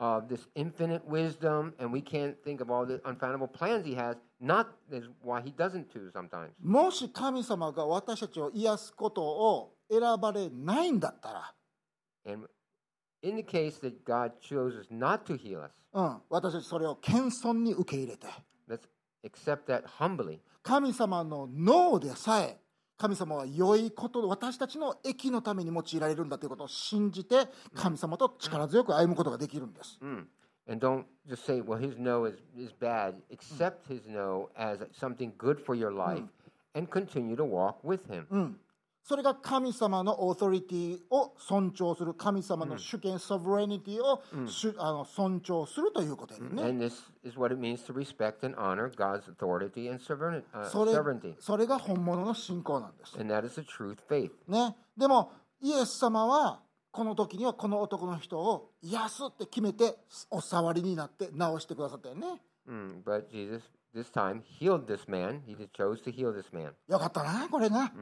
B: of this infinite wisdom, and we can't think of all the unfathomable plans He has. Not is why He doesn't too sometimes.
A: もし神様が私たちを癒すことを選ばれないんだった
B: And in the case that God chooses not to heal us,
A: ら、うん、私たちそれを謙遜に受け入れて
B: let's accept that humbly.
A: 神様の脳でさえ神様は良いこと私たちの益のために用いられるんだということを信じて神様と力強く歩むことができるんです、
B: Mm. And don't just say, well, his no is, is bad. Accept his no as something good for your life and continue to walk with him.
A: うん、それが神様のオーソリティを尊重する神様の主権、ソブレニティを、主あの尊重するということやね、
B: And this is what it means to respect and honor God's authority and sovereign, uh,
A: それ
B: sovereignty.
A: それが本物の信仰なんです
B: And that is the truth faith.
A: ね、でもイエス様はこの時にはこの男の人を癒すって決めてお触りになって治してくださったよね
B: Mm. But Jesus, this time, healed this man. He just chose to heal this man.
A: よかったなこれな、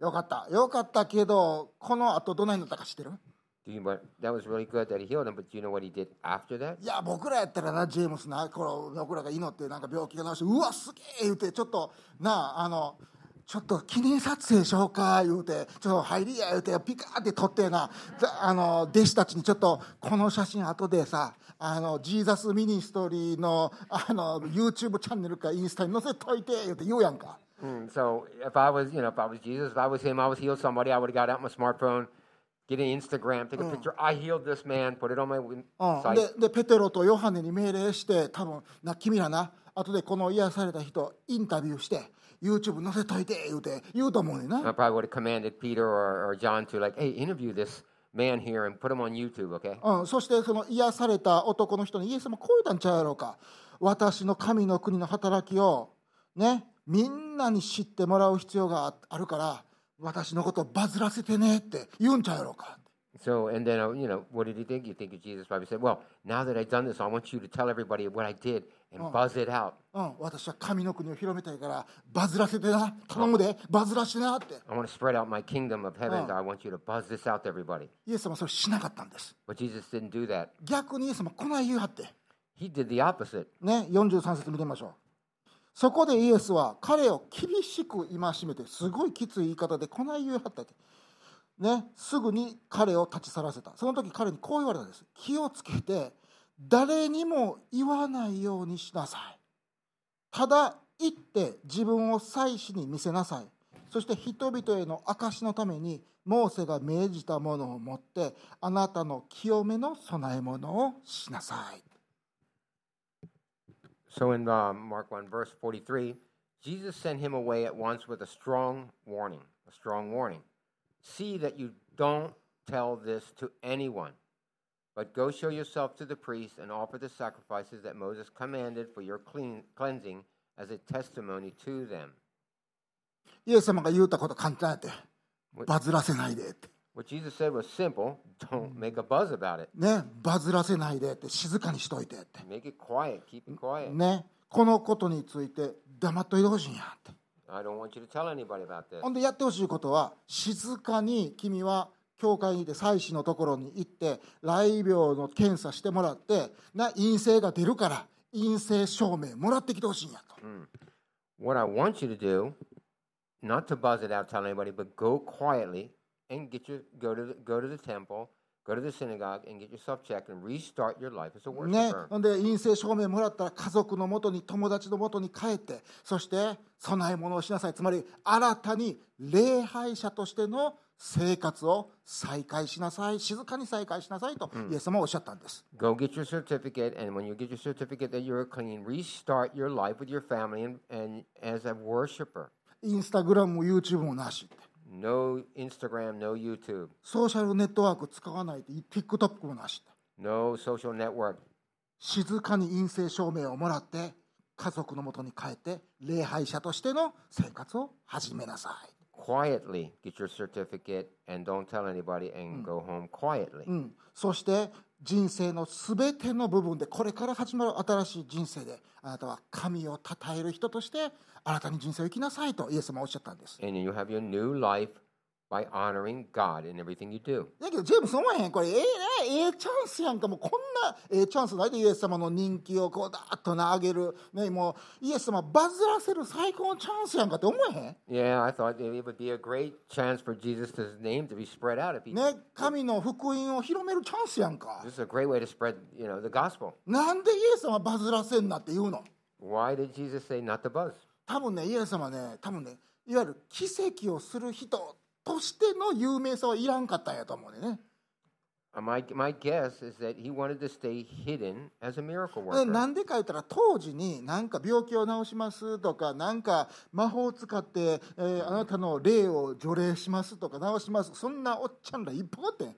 A: よかったよかったけどこのあとどないになったか知ってる
B: Do you what? That was really good that he healed him, but do you know what he did after that?
A: いや僕らやったらなジェームスなこの僕らが祈ってなんか病気が治してうわすげえ言うてちょっとなああのちょっと記念撮影しようか言うてちょっと入りや言うてピカーって撮ってなざあの弟子たちにちょっとこの写真後でさあのジーザスミニストリーのあの YouTube チャンネルかインスタに載せといて言うて言うやんか
B: Mm, So if I was, you know, if I was Jesus, if I was him, I was healed somebody, I would have got out my smartphone, get an Instagram, take a picture. I healed this man, put it on my win-
A: うん、
B: site.
A: ででペテロとヨハネに命令して多分な君らな後でこの癒された人インタビューして YouTube 載せといて言うて言うと思うねんな
B: I probably would have commanded Peter or, or John to like, hey, interview this man here and put him on YouTube, okay?
A: うん、そしてその癒された男の人にイエス様こう言ったんちゃうやろうか私の神の国の働きをねみんなに知ってもらう必要がああるから私のことをバズらせてねって言うんちゃうやろうか
B: So and then uh, you know, what did he think? You think Jesus probably said, well, now that I've done this, I want you to tell everybody what I did and buzz it out.
A: うん、私は神の国を広めたいからバズらせてな頼むでバズらしてなって
B: I want to spread out my kingdom of heaven. I want you to buzz this out to everybody.
A: イエス様はそれしなかったんです
B: But Jesus didn't do that.
A: 逆にイエス様来ない言うはって
B: He did the opposite.
A: ね、43節見てみましょう。そこでイエスは彼を厳しく戒めて、すごいきつい言い方で、こない言い張ったって、ね、すぐに彼を立ち去らせた。その時彼にこう言われたんです。気をつけて、誰にも言わないようにしなさい。ただ、言って自分を祭祀に見せなさい。そして人々への証のために、モーセが命じたものを持って、あなたの清めの供え物をしなさい。
B: So in uh, Mark 1, verse 43, Jesus sent him away at once with a strong warning, a strong warning. See that you don't tell this to anyone, but go show yourself to the priest and offer the sacrifices that Moses commanded for your clean, cleansing as a testimony to them.
A: イエス様が言うたこと簡単やってバズらせないでって、
B: What Jesus said was simple don't make a buzz about it,
A: ね、バズらせないでって静かにしといてって、
B: make it quiet, keep it quiet.
A: ね、このことについて黙っといてほしいんやって
B: I don't want you to tell anybody about this.
A: ほんでやってほしいことは静かに君は教会にいて祭司のところに行って雷病の検査してもらってな陰性が出るから陰性証明もらってきてほしいんやと、
B: What I want you to do, not to buzz it out, tell anybody, but go quietly and get your go to the, go to the temple, go to the synagogue, and get yourself checked and restart your life as a
A: ね
B: worshiper.、
A: ほんで陰性証明もらったら家族のもとに友達のもとに帰ってそして供え物をしなさいつまり新たに礼拝者としての生活を再開しなさい静かに再開しなさいとイエス様はおっしゃったんです、
B: Go get your certificate, and when you get your certificate that you're clean, restart your life with your family and, and as a worshiper.
A: インスタグラムも YouTube もなしって
B: No Instagram, no YouTube,
A: ソーシャルネットワーク使わないって TikTok もなしって
B: no social network.
A: 静かに陰性証明をもらって家族のもとに帰って礼拝者としての生活を始めなさい
B: Quietly get your certificate and don't tell anybody and go home quietly.
A: うん、そして人生のすべての部分でこれから始まる新しい人生であなたは神を称える人として新たに人生を生きなさいとイエス様はおっしゃったんです。
B: and you have your new life by honoring God in everything you do.
A: だけどジェームス思わへんこれええねええチャンスやんかもうこんなええチャンスないでイエス様の人気をこうだっとな上げる、ね、もうイエス様バズらせる最高のチャンスやんかって思えへん
B: Yeah, I thought it would be a great chance for Jesus' name to be spread out. If he,
A: ね神の福音を広めるチャンスやんか
B: This is a great way to spread, you know, the gospel.
A: なんでイエス様バズらせんなって言うの
B: Why did Jesus say not to buzz?
A: 多分ねイエス様ね多分ねいわゆる奇跡をする人としての有名さはいらんかったんやと思うねんね
B: Uh, My, my guess is that he wanted to stay hidden as a miracle
A: で
B: worker.
A: なんでか言ったら当時になんか病気を治しますとかなんか魔法を使って、えーあなたの霊を除霊しますとか治しますそんなおっちゃんらいっぱいおってん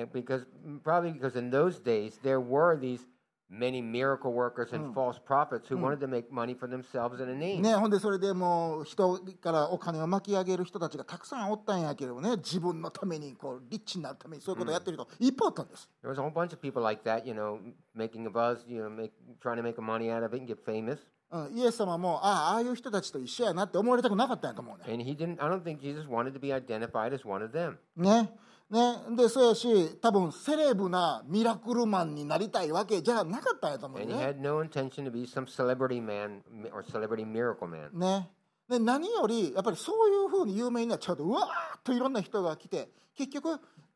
B: And because probably because in those days there were these many miracle workers and false prophets who wanted to make money for themselves and a name.
A: ね、ほんでそれでもう人からお金を巻き上げる人たちがたくさんおったんやけれどもね自分のためにこうリッチになるためにそういうことをやってる人いっぱいおったんです。
B: There was a whole bunch of people like that, you know, making a buzz, you know, make, trying to make money out of it and get famous.
A: うん、イエス様もああああいう人たちと一緒やなって思われたくなかったんやと思うね。
B: And he didn't. I don't think Jesus wanted to be identified as one of them.
A: ね。ね、でそうやし多分セレブなミラクルマンになりたいわけじゃなかったんやと思う
B: And he
A: ね。
B: had no intention to be some celebrity man m- or celebrity miracle man.
A: ねで何よりやっぱりそういうふうに有名になっちゃうとうわーっといろんな人が来て結局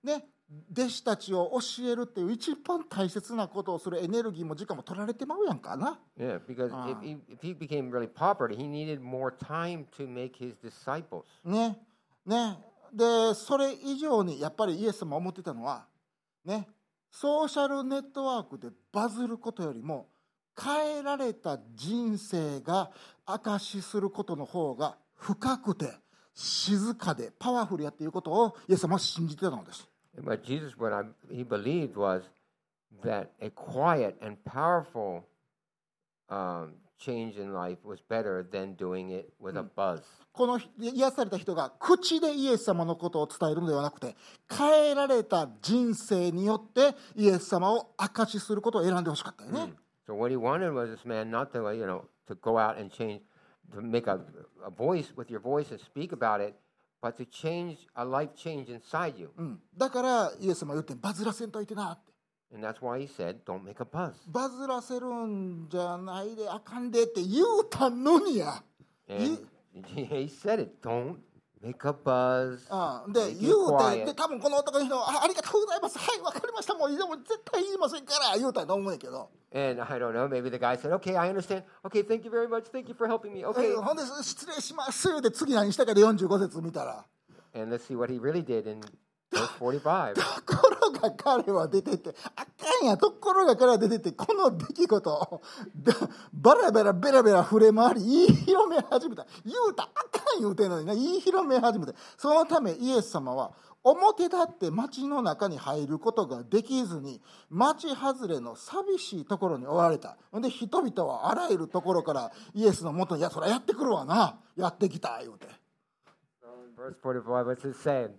A: ね弟子たちを教えるっていう一番大切なことをするエネルギーも時間も取られてまうやんかな
B: Yeah, because Ah. if, he, if he became really popular, he needed more time to make his disciples.
A: ねねでそれ以上にやっぱりイエス様思ってたのはねソーシャルネットワークでバズることよりも変えられた人生が証しすることの方が深くて静かでパワフルやっていうことをイエス様は信じてたのです。
B: And What Jesus, what I, he believed was that a quiet and powerful um, change in life was better than doing it with a buzz.
A: この癒された人が口でイエス様のことを伝えるのではなくて変えられた人生によってイエス様を証しすることを選んでほしかったよね。
B: Hmm. So what he wanted was this man not to, uh, you know, to go out and change, to make a, a voice with your voice and speak about it, but to change a life change inside you.
A: うんだからイエス様は言ってんバズらせんといてなって
B: And that's why he said, don't make a buzz.
A: バズらせるんじゃないであかんでって言うたのにや
B: And he said it, don't make a buzz.
A: ああで言
B: Make it
A: うて
B: quiet.
A: で多分この男の人はあありがとうございますはいわかりましたもうでも絶対言いませんから言うたと思うんやけど、
B: And I don't know, maybe the guy said, okay, I understand. Okay, thank you very much. Thank you for helping me.
A: え
B: Okay.
A: ほんで失礼します言うて次何したかで45節見たら
B: And let's see what he really did in verse 45.
A: ところが彼は出てってあかんやところが彼は出てってこの出来事をだバラバラベラベラ触れ回り言い広め始めた言うたらあかん言うてんのにな言い広め始めたそのためイエス様は表立って町の中に入ることができずに町外れの寂しいところに追われたほんで人々はあらゆるところからイエスのもとに「いやそらやってくるわなやってきた」言うて
B: So in verse 45, what's it saying?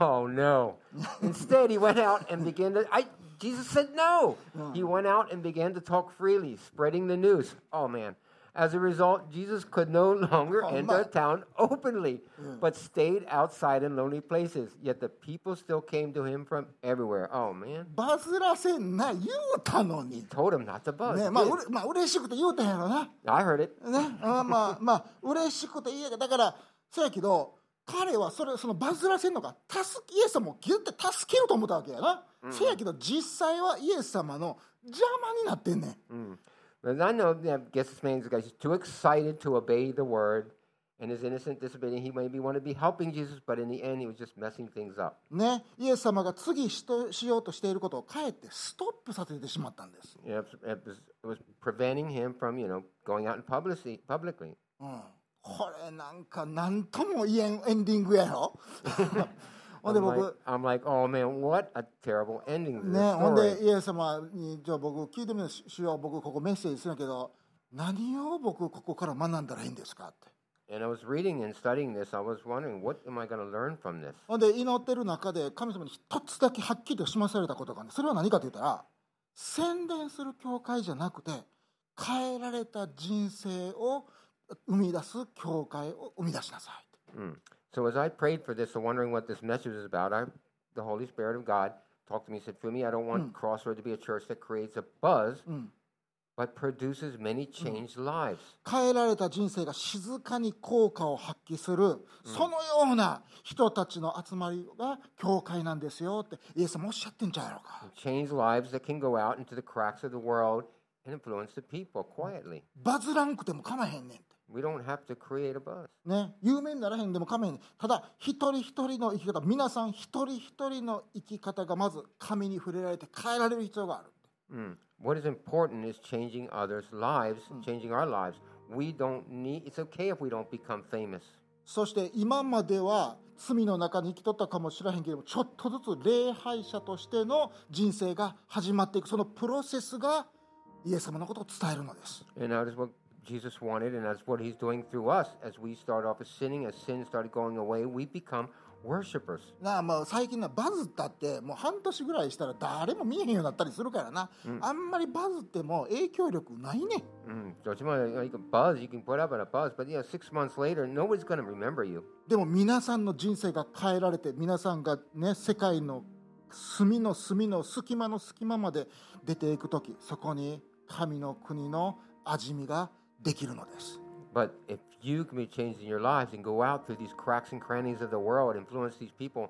B: Oh, no. Instead, he went out and began to. I, Jesus said no. He went out and began to talk freely, spreading the news. Oh, man. As a result, Jesus could no longer
A: Oh,
B: enter
A: man.
B: town openly, but stayed outside in lonely places. Yet the people still came to him from everywhere. Oh, man.
A: バズらせんな言うたのに
B: Told him not to buzz.
A: ね
B: He
A: まあ、う
B: did.
A: れまあ嬉しくて言うたんやろな。
B: I heard it.
A: ね、あーまあまあ嬉しくていいやけどだからそうやけど彼はそれそのバズらせんのが助けイエス様をギュッて助けると思ったわけやな、そうやけど実際はイエス様の邪魔になってんねん
B: But I know, I guess this man's guy's too excited to obey the word and his innocent disobedience. He maybe wanted to be helping Jesus, but in the end, he was just messing things up.
A: ねイエス様が次しとしようとしていることをかえってストップさせてしまったんです、
B: You know, it, was, it was preventing him from, you know, going out in publicity, publicly.
A: うん、これなんか何とも言えんエンディングやろほんで
B: I'm like,
A: 僕
B: I'm like, oh man, what a terrible ending to
A: ね
B: this
A: ほん
B: story.
A: でイエス様にじゃあ僕聞いてみるしよう僕ここメッセージするんやけど何を僕ここから学んだらいいんですかって
B: And I was reading and studying this. I was wondering, what am I going to learn from this?
A: ほんで祈ってる中で神様に一つだけはっきりと示されたことがあるんですそれは何かと言ったら宣伝する教会じゃなくて変えられた人生を生み出す教会を生み出しなさいって
B: Mm. So as I prayed for this and wondering what this message is about, I, the Holy Spirit of God talked to me and said, Fumi, I don't want Crossroad to be a church that creates a buzz, but produces many changed lives.
A: 変えられた人生が静かに効果を発揮するそのような人たちの集まりが教会なんですよってイエス様おっしゃってんじゃないのか
B: Changed lives that can go out into the cracks of the world and influence the people quietly.
A: バズらんくてもかまへんねんって。
B: We don't have to create a buzz.
A: ね、有名にならへんでもかまへんねんただ一人一人の生き方皆さん一人一人の生き方がまず神に触れられて変えられる必要がある
B: Mm. What is important is changing others' lives, changing our lives. We don't need, it's okay if we don't become famous.
A: そして今までは罪の中に生きとったかもしれへんけどもちょっとずつ礼拝者としての人生が始まっていくそのプロセスがイエス様のことを伝えるのです
B: And that is what Jesus wanted, and that's what he's doing through us. As we start off as sinning, as sin started going away, we become worshipers.
A: なあもう最近なバズったってもう半年ぐらいしたら誰も見えへんようになったりするからな、あんまりバズっても影響力ないねん
B: Mm. So it's more like- you can buzz, you can put up on a buzz, but you know, six months later, nobody's going to remember you.
A: でも皆さんの人生が変えられて皆さんがね世界の隅の隅の隙間の隙間まで出ていく時そこに神の国の味見ができるのです。
B: But if you can be changed in your lives and go out through these cracks and crannies of the world, influence these people,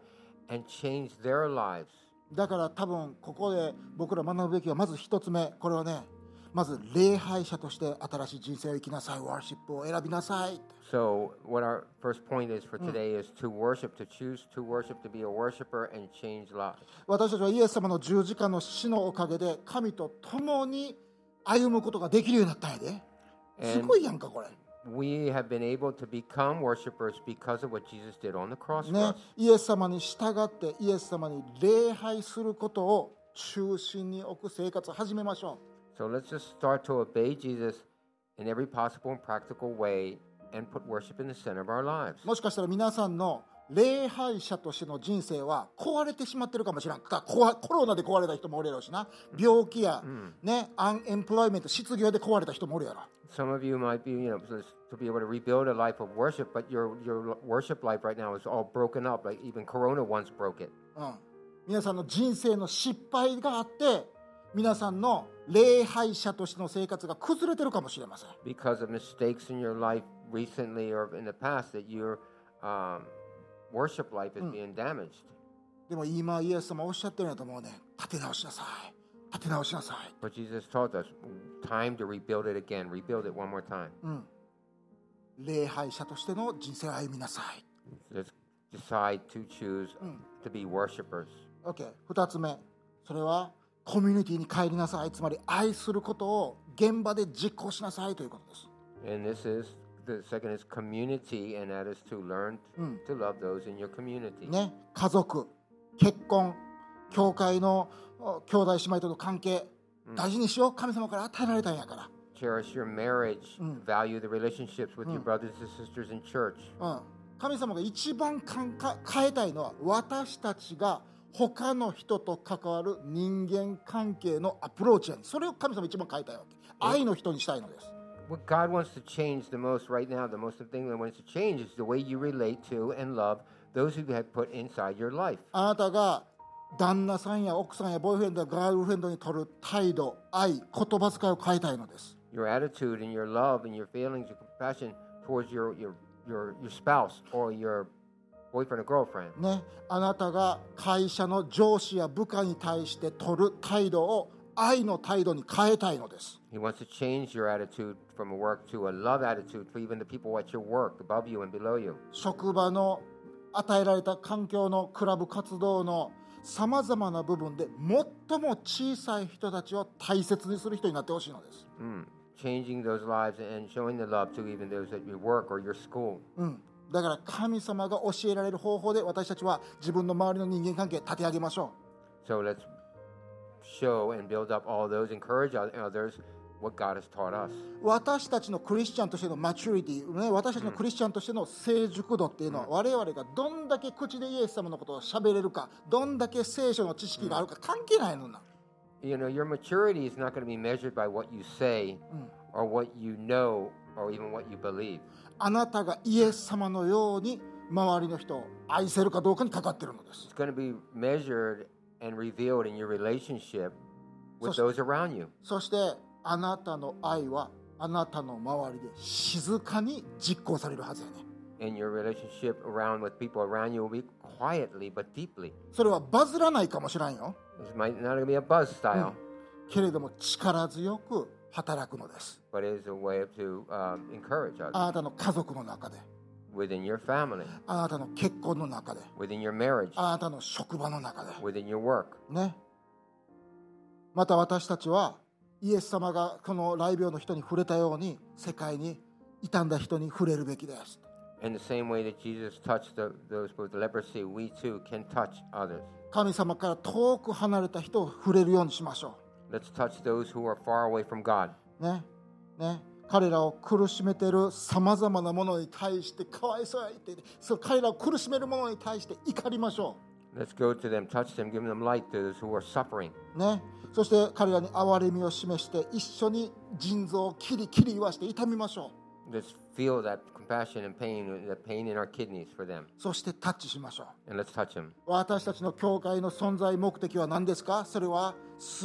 B: and change their lives,
A: だから多分ここで僕ら学ぶべきはまず一つ目これはねまず礼拝者として新しい人生を生きなさいワーシップを選びなさい
B: So, what our first point is for today is to worship, to choose to worship, to be a worshiper and change lives.
A: 私たちはイエス様の十字架の死のおかげで神と共に歩むことができるようになったんやで
B: And-
A: すごいやんかこれ
B: We have been able to become worshipers because of what Jesus did on the cross for
A: ね
B: us.
A: イエス様に従ってイエス様に礼拝することを中心に置く生活を始めましょ
B: So, let's just start to obey Jesus in every possible and practical way and put worship in the center of our lives.
A: うもしかしたら皆さんの礼拝者としての人生は壊れてしまってるかもしれんかこわコロナで壊れた人もおるやろうしな病気や、ね、アンエンプロイメント失業で壊れた人もおるやろ
B: Some of you might be, you know, just to be able to rebuild a life of worship, but your, your worship life right now is all broken up. Like even Corona once broke it.
A: うん、皆さんの人生の失敗があって皆さんの礼拝者としての生活が崩れてるかもしれません
B: because of mistakes in your life recently or in the past that your um, worship life is being damaged.
A: でも今イエス様おっしゃってるんやと思うね立て直しなさい立て直しなさい
B: But Jesus taught us time to rebuild it again, rebuild it one more time.
A: 礼拝者としての人生を歩みなさい
B: Just decide to choose to be worshipers.
A: OK 二つ目それはコミュニティに帰りなさいつまり愛することを現場で実行しなさいということです
B: And this is the second is community, and that is to learn to love those in your community.
A: ね、家族、結婚、教会のお兄弟姉妹との関係、大事にしよう、神様から与えられたんやか
B: Cherish your marriage, value the relationships with your brothers and sisters in church.
A: ら、うん、神様が一番かんか変えたいのは、私たちが他の人と関わる人間関係のアプローチやねんそれを神様一番変えたいわけ、愛の人にしたいのです。
B: What God wants to change the most right now, the most thing that wants to change is the way you relate to and love those who have put inside your life.
A: あなたが旦那さんや奥さんやボーイフレンドやガールフレンドにとる態度、愛、言葉遣いを変えたいのです。
B: Your attitude and your love and your feelings, your compassion towards your your your, your spouse or your boyfriend or girlfriend.
A: ね、あなたが会社の上司や部下に対して取る態度を愛の態度に変えたいのです。
B: He wants to change your attitude from a work to a love attitude for even the people at your work, above you and below you.
A: 職場の与えられた環境のクラブ活動のさまざまな部分で最も小さい人たちを大切にする人になってほしいのです。
B: Mm. Changing those lives and showing the love to even those at your work or your school.
A: うん、だから神様が教えられる方法で私たちは自分の周りの人間関係立て上げましょ
B: So let's show and build up all those, encourage oth- others what God has taught us.
A: う。私たちのクリスチャンとしてのマチュリティ、ね、私たちのクリスチャンとしての成熟度っていうのは、我々がどんだけ口でイエス様のことを喋れるかどんだけ聖書の知識があるか関係ないのな、
B: You know, your maturity is not going to be measured by what you say or what you know or even what you believe.
A: あなたがイエス様のように周りの人を愛せるかどうかにかかってるのです
B: It's going to be measured and revealed in your relationship with
A: So-
B: those around you.
A: そしてあなたの愛はあなたの周りで静かに実行されるはずやね
B: And your relationship around with people around you will be quietly but deeply.
A: それはバズらないかもしらんよ
B: This might not be a buzz style,
A: けれども力強く働くのです
B: but it is a way to um, encourage others
A: あなたの家族の中で
B: within your family,
A: あなたの結婚の中で
B: within your marriage,
A: あなたの職場の中で
B: within your work.
A: ねまた私たちはイエス様がこの雷病の人に触れたように世界に傷んだ人に触れるべきです
B: In the same way that Jesus touched the, those with leprosy, we too can touch others.
A: 神様から遠く離れた人を触れるようにしましょ
B: Let's touch those who are far away from God.
A: うねね彼らを苦しめてるさまざまなものに対してかわいそうや言ってねそう彼らを苦しめるものに対して怒りましょ
B: Let's go to them, touch them, give them light to those who are suffering.
A: うねそして彼らに憐れみを示して一緒に腎臓をキリキリ言わして痛みましょ
B: Let's feel that compassion and pain, that pain in our kidneys for them.
A: うそしてタッチしましょう
B: And let's touch them.
A: 私たちの教会の存在目的は何ですかそれは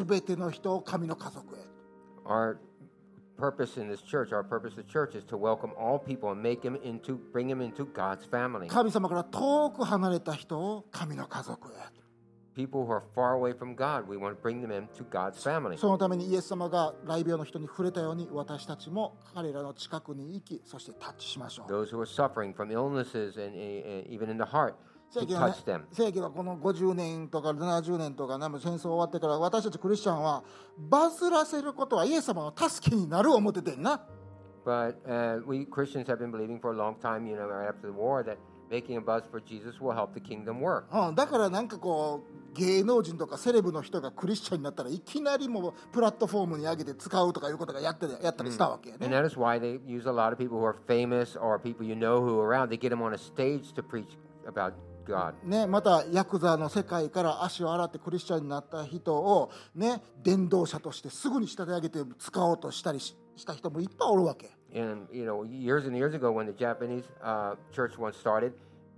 A: 全ての人を神の家族へ
B: Our purpose in this church, our purpose of church, is to welcome all people and make them into, bring them into God's family.
A: 神様から遠く離れた人を神の家族へ
B: People who are far away from God, we want to bring them into God's family.
A: そのためにイエス様が雷病の人に触れたように私たちも彼らの近くに行きそしてタッチしましょう
B: Those who are suffering from illnesses and, and and even in the heart,
A: せ
B: to
A: やけどね
B: touch them.
A: せやけどこの50年とか70年とかねもう戦争終わってから私たちクリスチャンはバズらせることはイエス様の助けになる思っててんな
B: But uh, we Christians have been believing for a long time, you know, right after the war, that making a buzz for Jesus will help the kingdom work.
A: うん、だからなんかこう芸能人とかセレブの人がクリスチャンになったらいきなりもうプラットフォームに上げて使うとかいうことがやってやったりしたわけやね
B: And、that is why they use a lot of people who are famous or people you know who are around. They get them on a stage to preach about God.
A: ね、またヤクザの世界から足を洗ってクリスチャンになった人を、ね、伝道者としてすぐに仕立て上げて使おうとしたりしした人もいっぱいおるわけ
B: And you know, years and years ago, when the Japanese uh, church once started,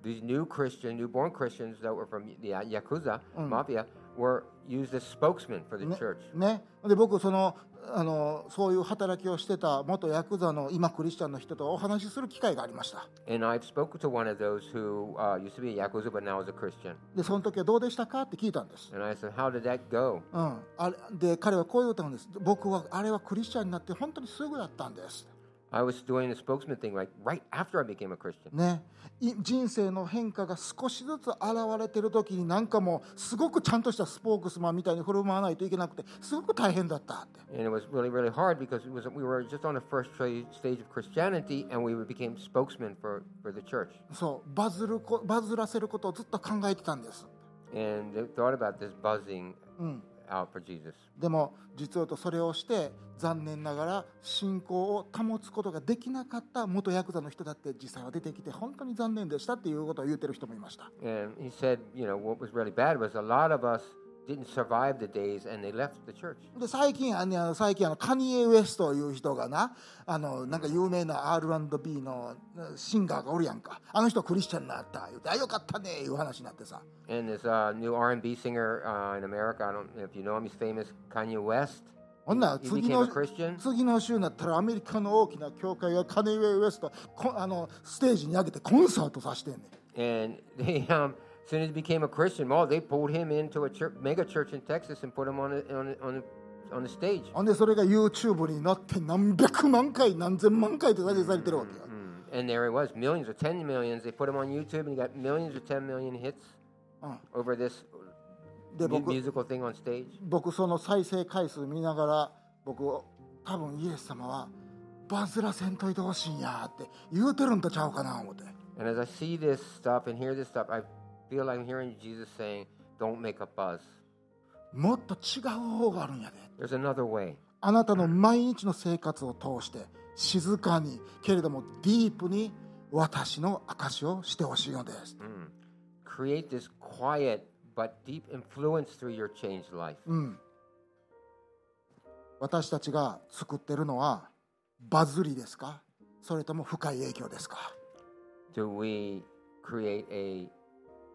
B: these new Christian, newborn Christians that were from the uh, yakuza mafia were used as spokesmen for the church.
A: ね、で僕そのあのそういう働きをしてた元ヤクザの今クリスチャンの人とお話しする機会がありました
B: And I've spoken to one of those who uh, used to be a yakuza, but now is a Christian.
A: でその時はどうでしたかって聞いたんです
B: And I said, "How did that go?"
A: うん、あれで彼はこう言ったんです僕はあれはクリスチャンになって本当にすぐだったんです、
B: I was doing the spokesman thing like right after I became a Christian.
A: ね、い人生の変化が少しずつ現れてる時になんかもうすごくちゃんとしたスポークスマンみたいに振る舞わないといけなくてすごく大変だったって
B: And it was really, really hard because it was we were just on the first tra- stage of Christianity, and we became spokesmen for, for the church.
A: そうバズるこバズらせることをずっと考えてたんです
B: And they thought about this buzzing out for Jesus.
A: でも実を言うとそれをして残念ながら信仰を保つことができなかった元ヤクザの人だって実際は出てきて本当に残念でしたっていうことを言ってる人もいました
B: And he said, you know, what was really bad was a lot of us didn't survive the days, and they left the church.
A: で最近あの最近あのカニエ・ウエストいう人がなあのなんか有名な R&B のシンガーがおるやんかあの人クリスチャンになった言うてあよかったねいう話になってさ
B: And this uh, new R&B singer uh, in America, I don't know if you know him, he's famous, Kanye West.
A: ほんなら
B: He
A: 次
B: became a
A: の
B: Christian.
A: 次の週になったらアメリカの大きな教会がカニエ・ウエストこあのステージに上げてコンサートさしてんねん
B: And they, um, as soon as he became a Christian, well, they pulled him into a church, mega church in Texas and put him on a, on a, on a, on the stage.
A: ほんでそれが YouTube になって何百万回何千万回って再生されてるわけよ
B: Mm. And there he was, millions or 10 millions. They put him on YouTube and he got millions or 10 million hits
A: Oh.
B: over this
A: で
B: mu-
A: 僕
B: musical thing on stage.
A: 僕その再生回数見ながら僕多分イエス様はバズらせんといてほしいんやって言うてるんとちゃうかな思って
B: And as I see this stuff and hear this stuff, I feel like I'm hearing Jesus saying, don't make a buzz.
A: もっと違う方があるんやで
B: There's another way.
A: あなたの毎日の生活を通して静かにけれどもディープに私の証をしてほしいのです
B: Create this quiet but deep influence through your changed life.
A: 私たちが作ってるのはバズりですかそれとも深い影響ですか
B: Do we create a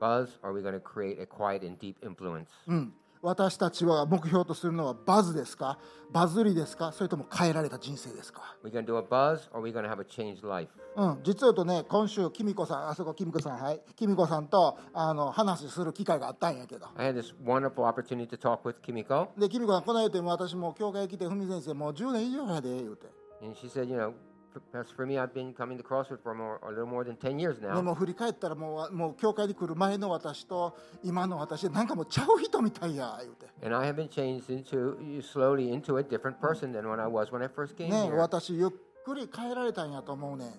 B: buzz or are we going to create a quiet and deep influence?
A: うん私たちは目標とするのはバズですかバズりですかそれとも変えられた人生ですか
B: We're going to do a buzz or are we going to have a changed life?
A: うん、実は言うとね今週きみこさんあそこきみこさんはいきみこさんとあの話する機会があったんやけど
B: I had this wonderful opportunity to talk with Kimiko,
A: できみこさんこの間言うて私もう教会来て文先生もう10年以上やで言うて
B: and she said, you know, for- as for me, I've been coming to Crossroad for more, a little more than 10 years
A: で
B: now.
A: も振り返ったらもうわもう教会に来る前の私と今の私でなんかもうちゃう人みたいや言うて
B: And I have been changed into slowly into a different person than when I was when I first came
A: ね
B: here.
A: 私ゆっくり変えられたんやと思うねんっ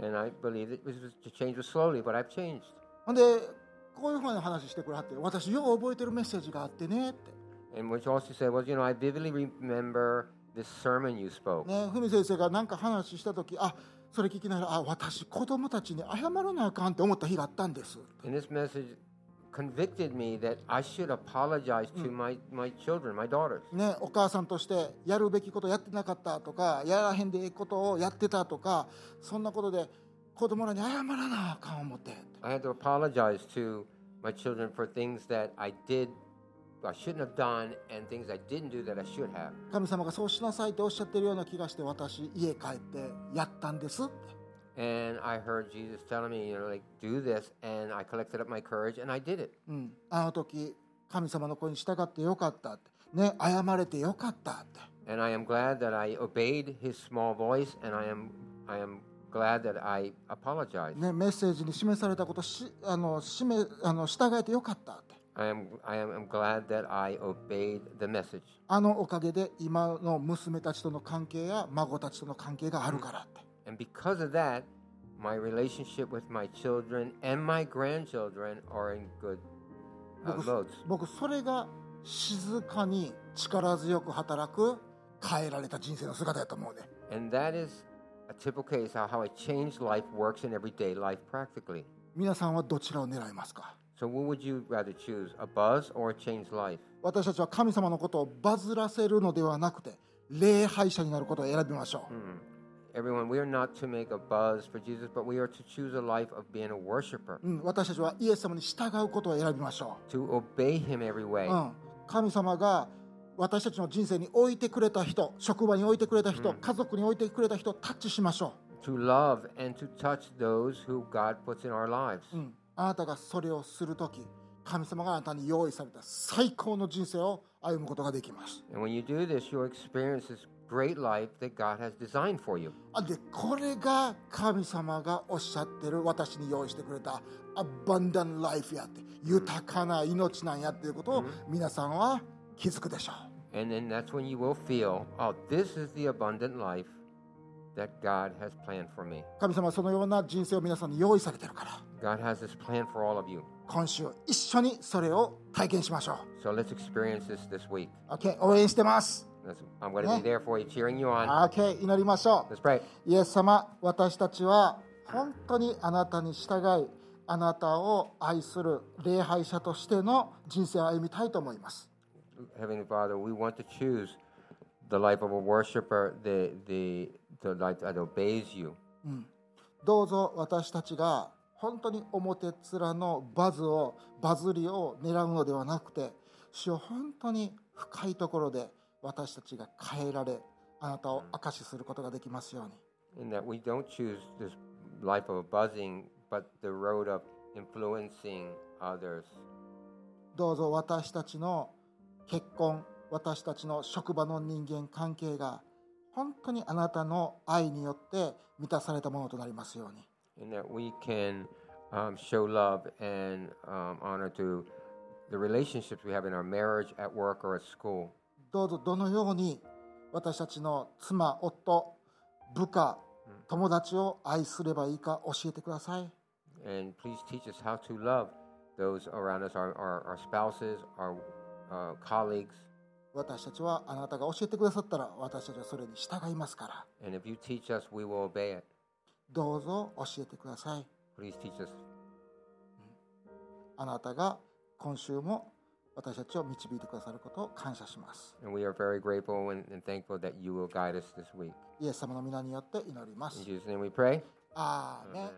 A: て
B: And I believe that this was- the change was slowly, but I've changed.
A: ほんでこういうふうな話してくれはって私よう覚えてるメッセージがあってねって。
B: And what she also said was, you know, I vividly remember this sermon you spoke.
A: ね、ふみ先生が何か話した時あそれ聞きながらあ私子供たちに謝らなあかんって思った日があったんです
B: And this message convicted me that I should apologize to my, my children, my daughters.
A: ね、お母さんとしてやるべきことやってなかったとかやらへんでええことをやってたとかそんなことで子供らに謝らなあかん思って
B: I had to apologize to my children for things that I did I shouldn't have done and things I didn't do that I should have.
A: 神様がそうしなさいとおっしゃってるような気がして私家帰ってやったんですって
B: And I heard Jesus telling me, you know, like, do this. And I collected up my courage and I did it.
A: うん、あの時神様の声に従ってよかったってね謝れてよかったって
B: And I am glad that I obeyed his small voice. And I am, I am glad that I apologized.
A: ねメッセージに示されたことしあの示あの従えてよかったって
B: I am, I am I'm glad that I obeyed the message.
A: あのおかげで今の娘たちとの関係や孫たちとの関係があるからって
B: And because of that, my relationship with my children and my grandchildren are in good uh,
A: 僕
B: modes.
A: 僕それが静かに力強く働く変えられた人生の姿やと思うね
B: And that is a typical case how, how a changed life works in everyday life practically.
A: 皆さんはどちらを狙いますか
B: So, what would you rather choose, a buzz or a changed life?
A: 私たちは神様のことをバズらせるのではなくて礼拝者になることを選びましょう、
B: Everyone, we are not to make a buzz for Jesus, but we are to choose a life of being a worshiper,
A: うん、私たちはイエス様に従うことを選びましょ
B: to obey Him every way.
A: う、うん、神様が私たちの人生に置いてくれた人職場に置いてくれた人、家族に置いてくれた人をタッチしましょ
B: to love and to touch those who God puts in our lives.
A: う、うん、あなたがそれをする時神様があなたに用意された最高の人生を歩むことができます
B: And when you do this, you'll experience this great life that God has designed for you.
A: あでこれが神様がおっしゃってる私に用意してくれたアバンダンライフやって豊かな命なんやっていうことを皆さんは気づくでしょ
B: And then that's when you will feel, oh, this is the abundant life that God has planned for me.
A: う神様はそのような人生を皆さんに用意されてるから
B: God has this plan for all of you.
A: 今週一緒にそれを体験しましょ
B: So let's experience this this week.
A: う OK 応援してます
B: That's, I'm going to be there for you, cheering you on.
A: OK 祈りましょう
B: Let's pray.
A: イエス様、私たちは本当にあなたに従い、あなたを愛する礼拝者としての人生を歩みたいと思います。
B: Heavenly Father, we want to choose the life of a worshiper, the, the, the life that obeys you.
A: どうぞ私たちが本当に表面のバズを、バズりを狙うのではなくて、主を本当に深いところで私たちが変えられ、あなたを証しすることができますように。
B: in that we don't choose this life of buzzing, but the road of influencing others.
A: どうぞ私たちの結婚私たちの職場の人間関係が本当にあなたの愛によって満たされたものとなりますように
B: In that we can um, show love and um, honor to the relationships we have in our marriage, at work, or at school.
A: どうぞどのように私たちの妻夫部下友達を愛すればいいか教えてください
B: And please teach us how to love those around us, our, our, our spouses, our uh, colleagues.
A: 私たちはあなたが教えてくださったら私たちはそれに従いますから
B: And if you teach us, we will obey it.
A: どうぞ教えてください
B: Please teach us.
A: あなたが今週も私たちを導いてくださることを感謝します
B: And we are very grateful and, and thankful that you will guide us this week.
A: イエス様の皆によって祈りま
B: In
A: す。
B: Jesus' name we pray.
A: アーメン
B: Amen.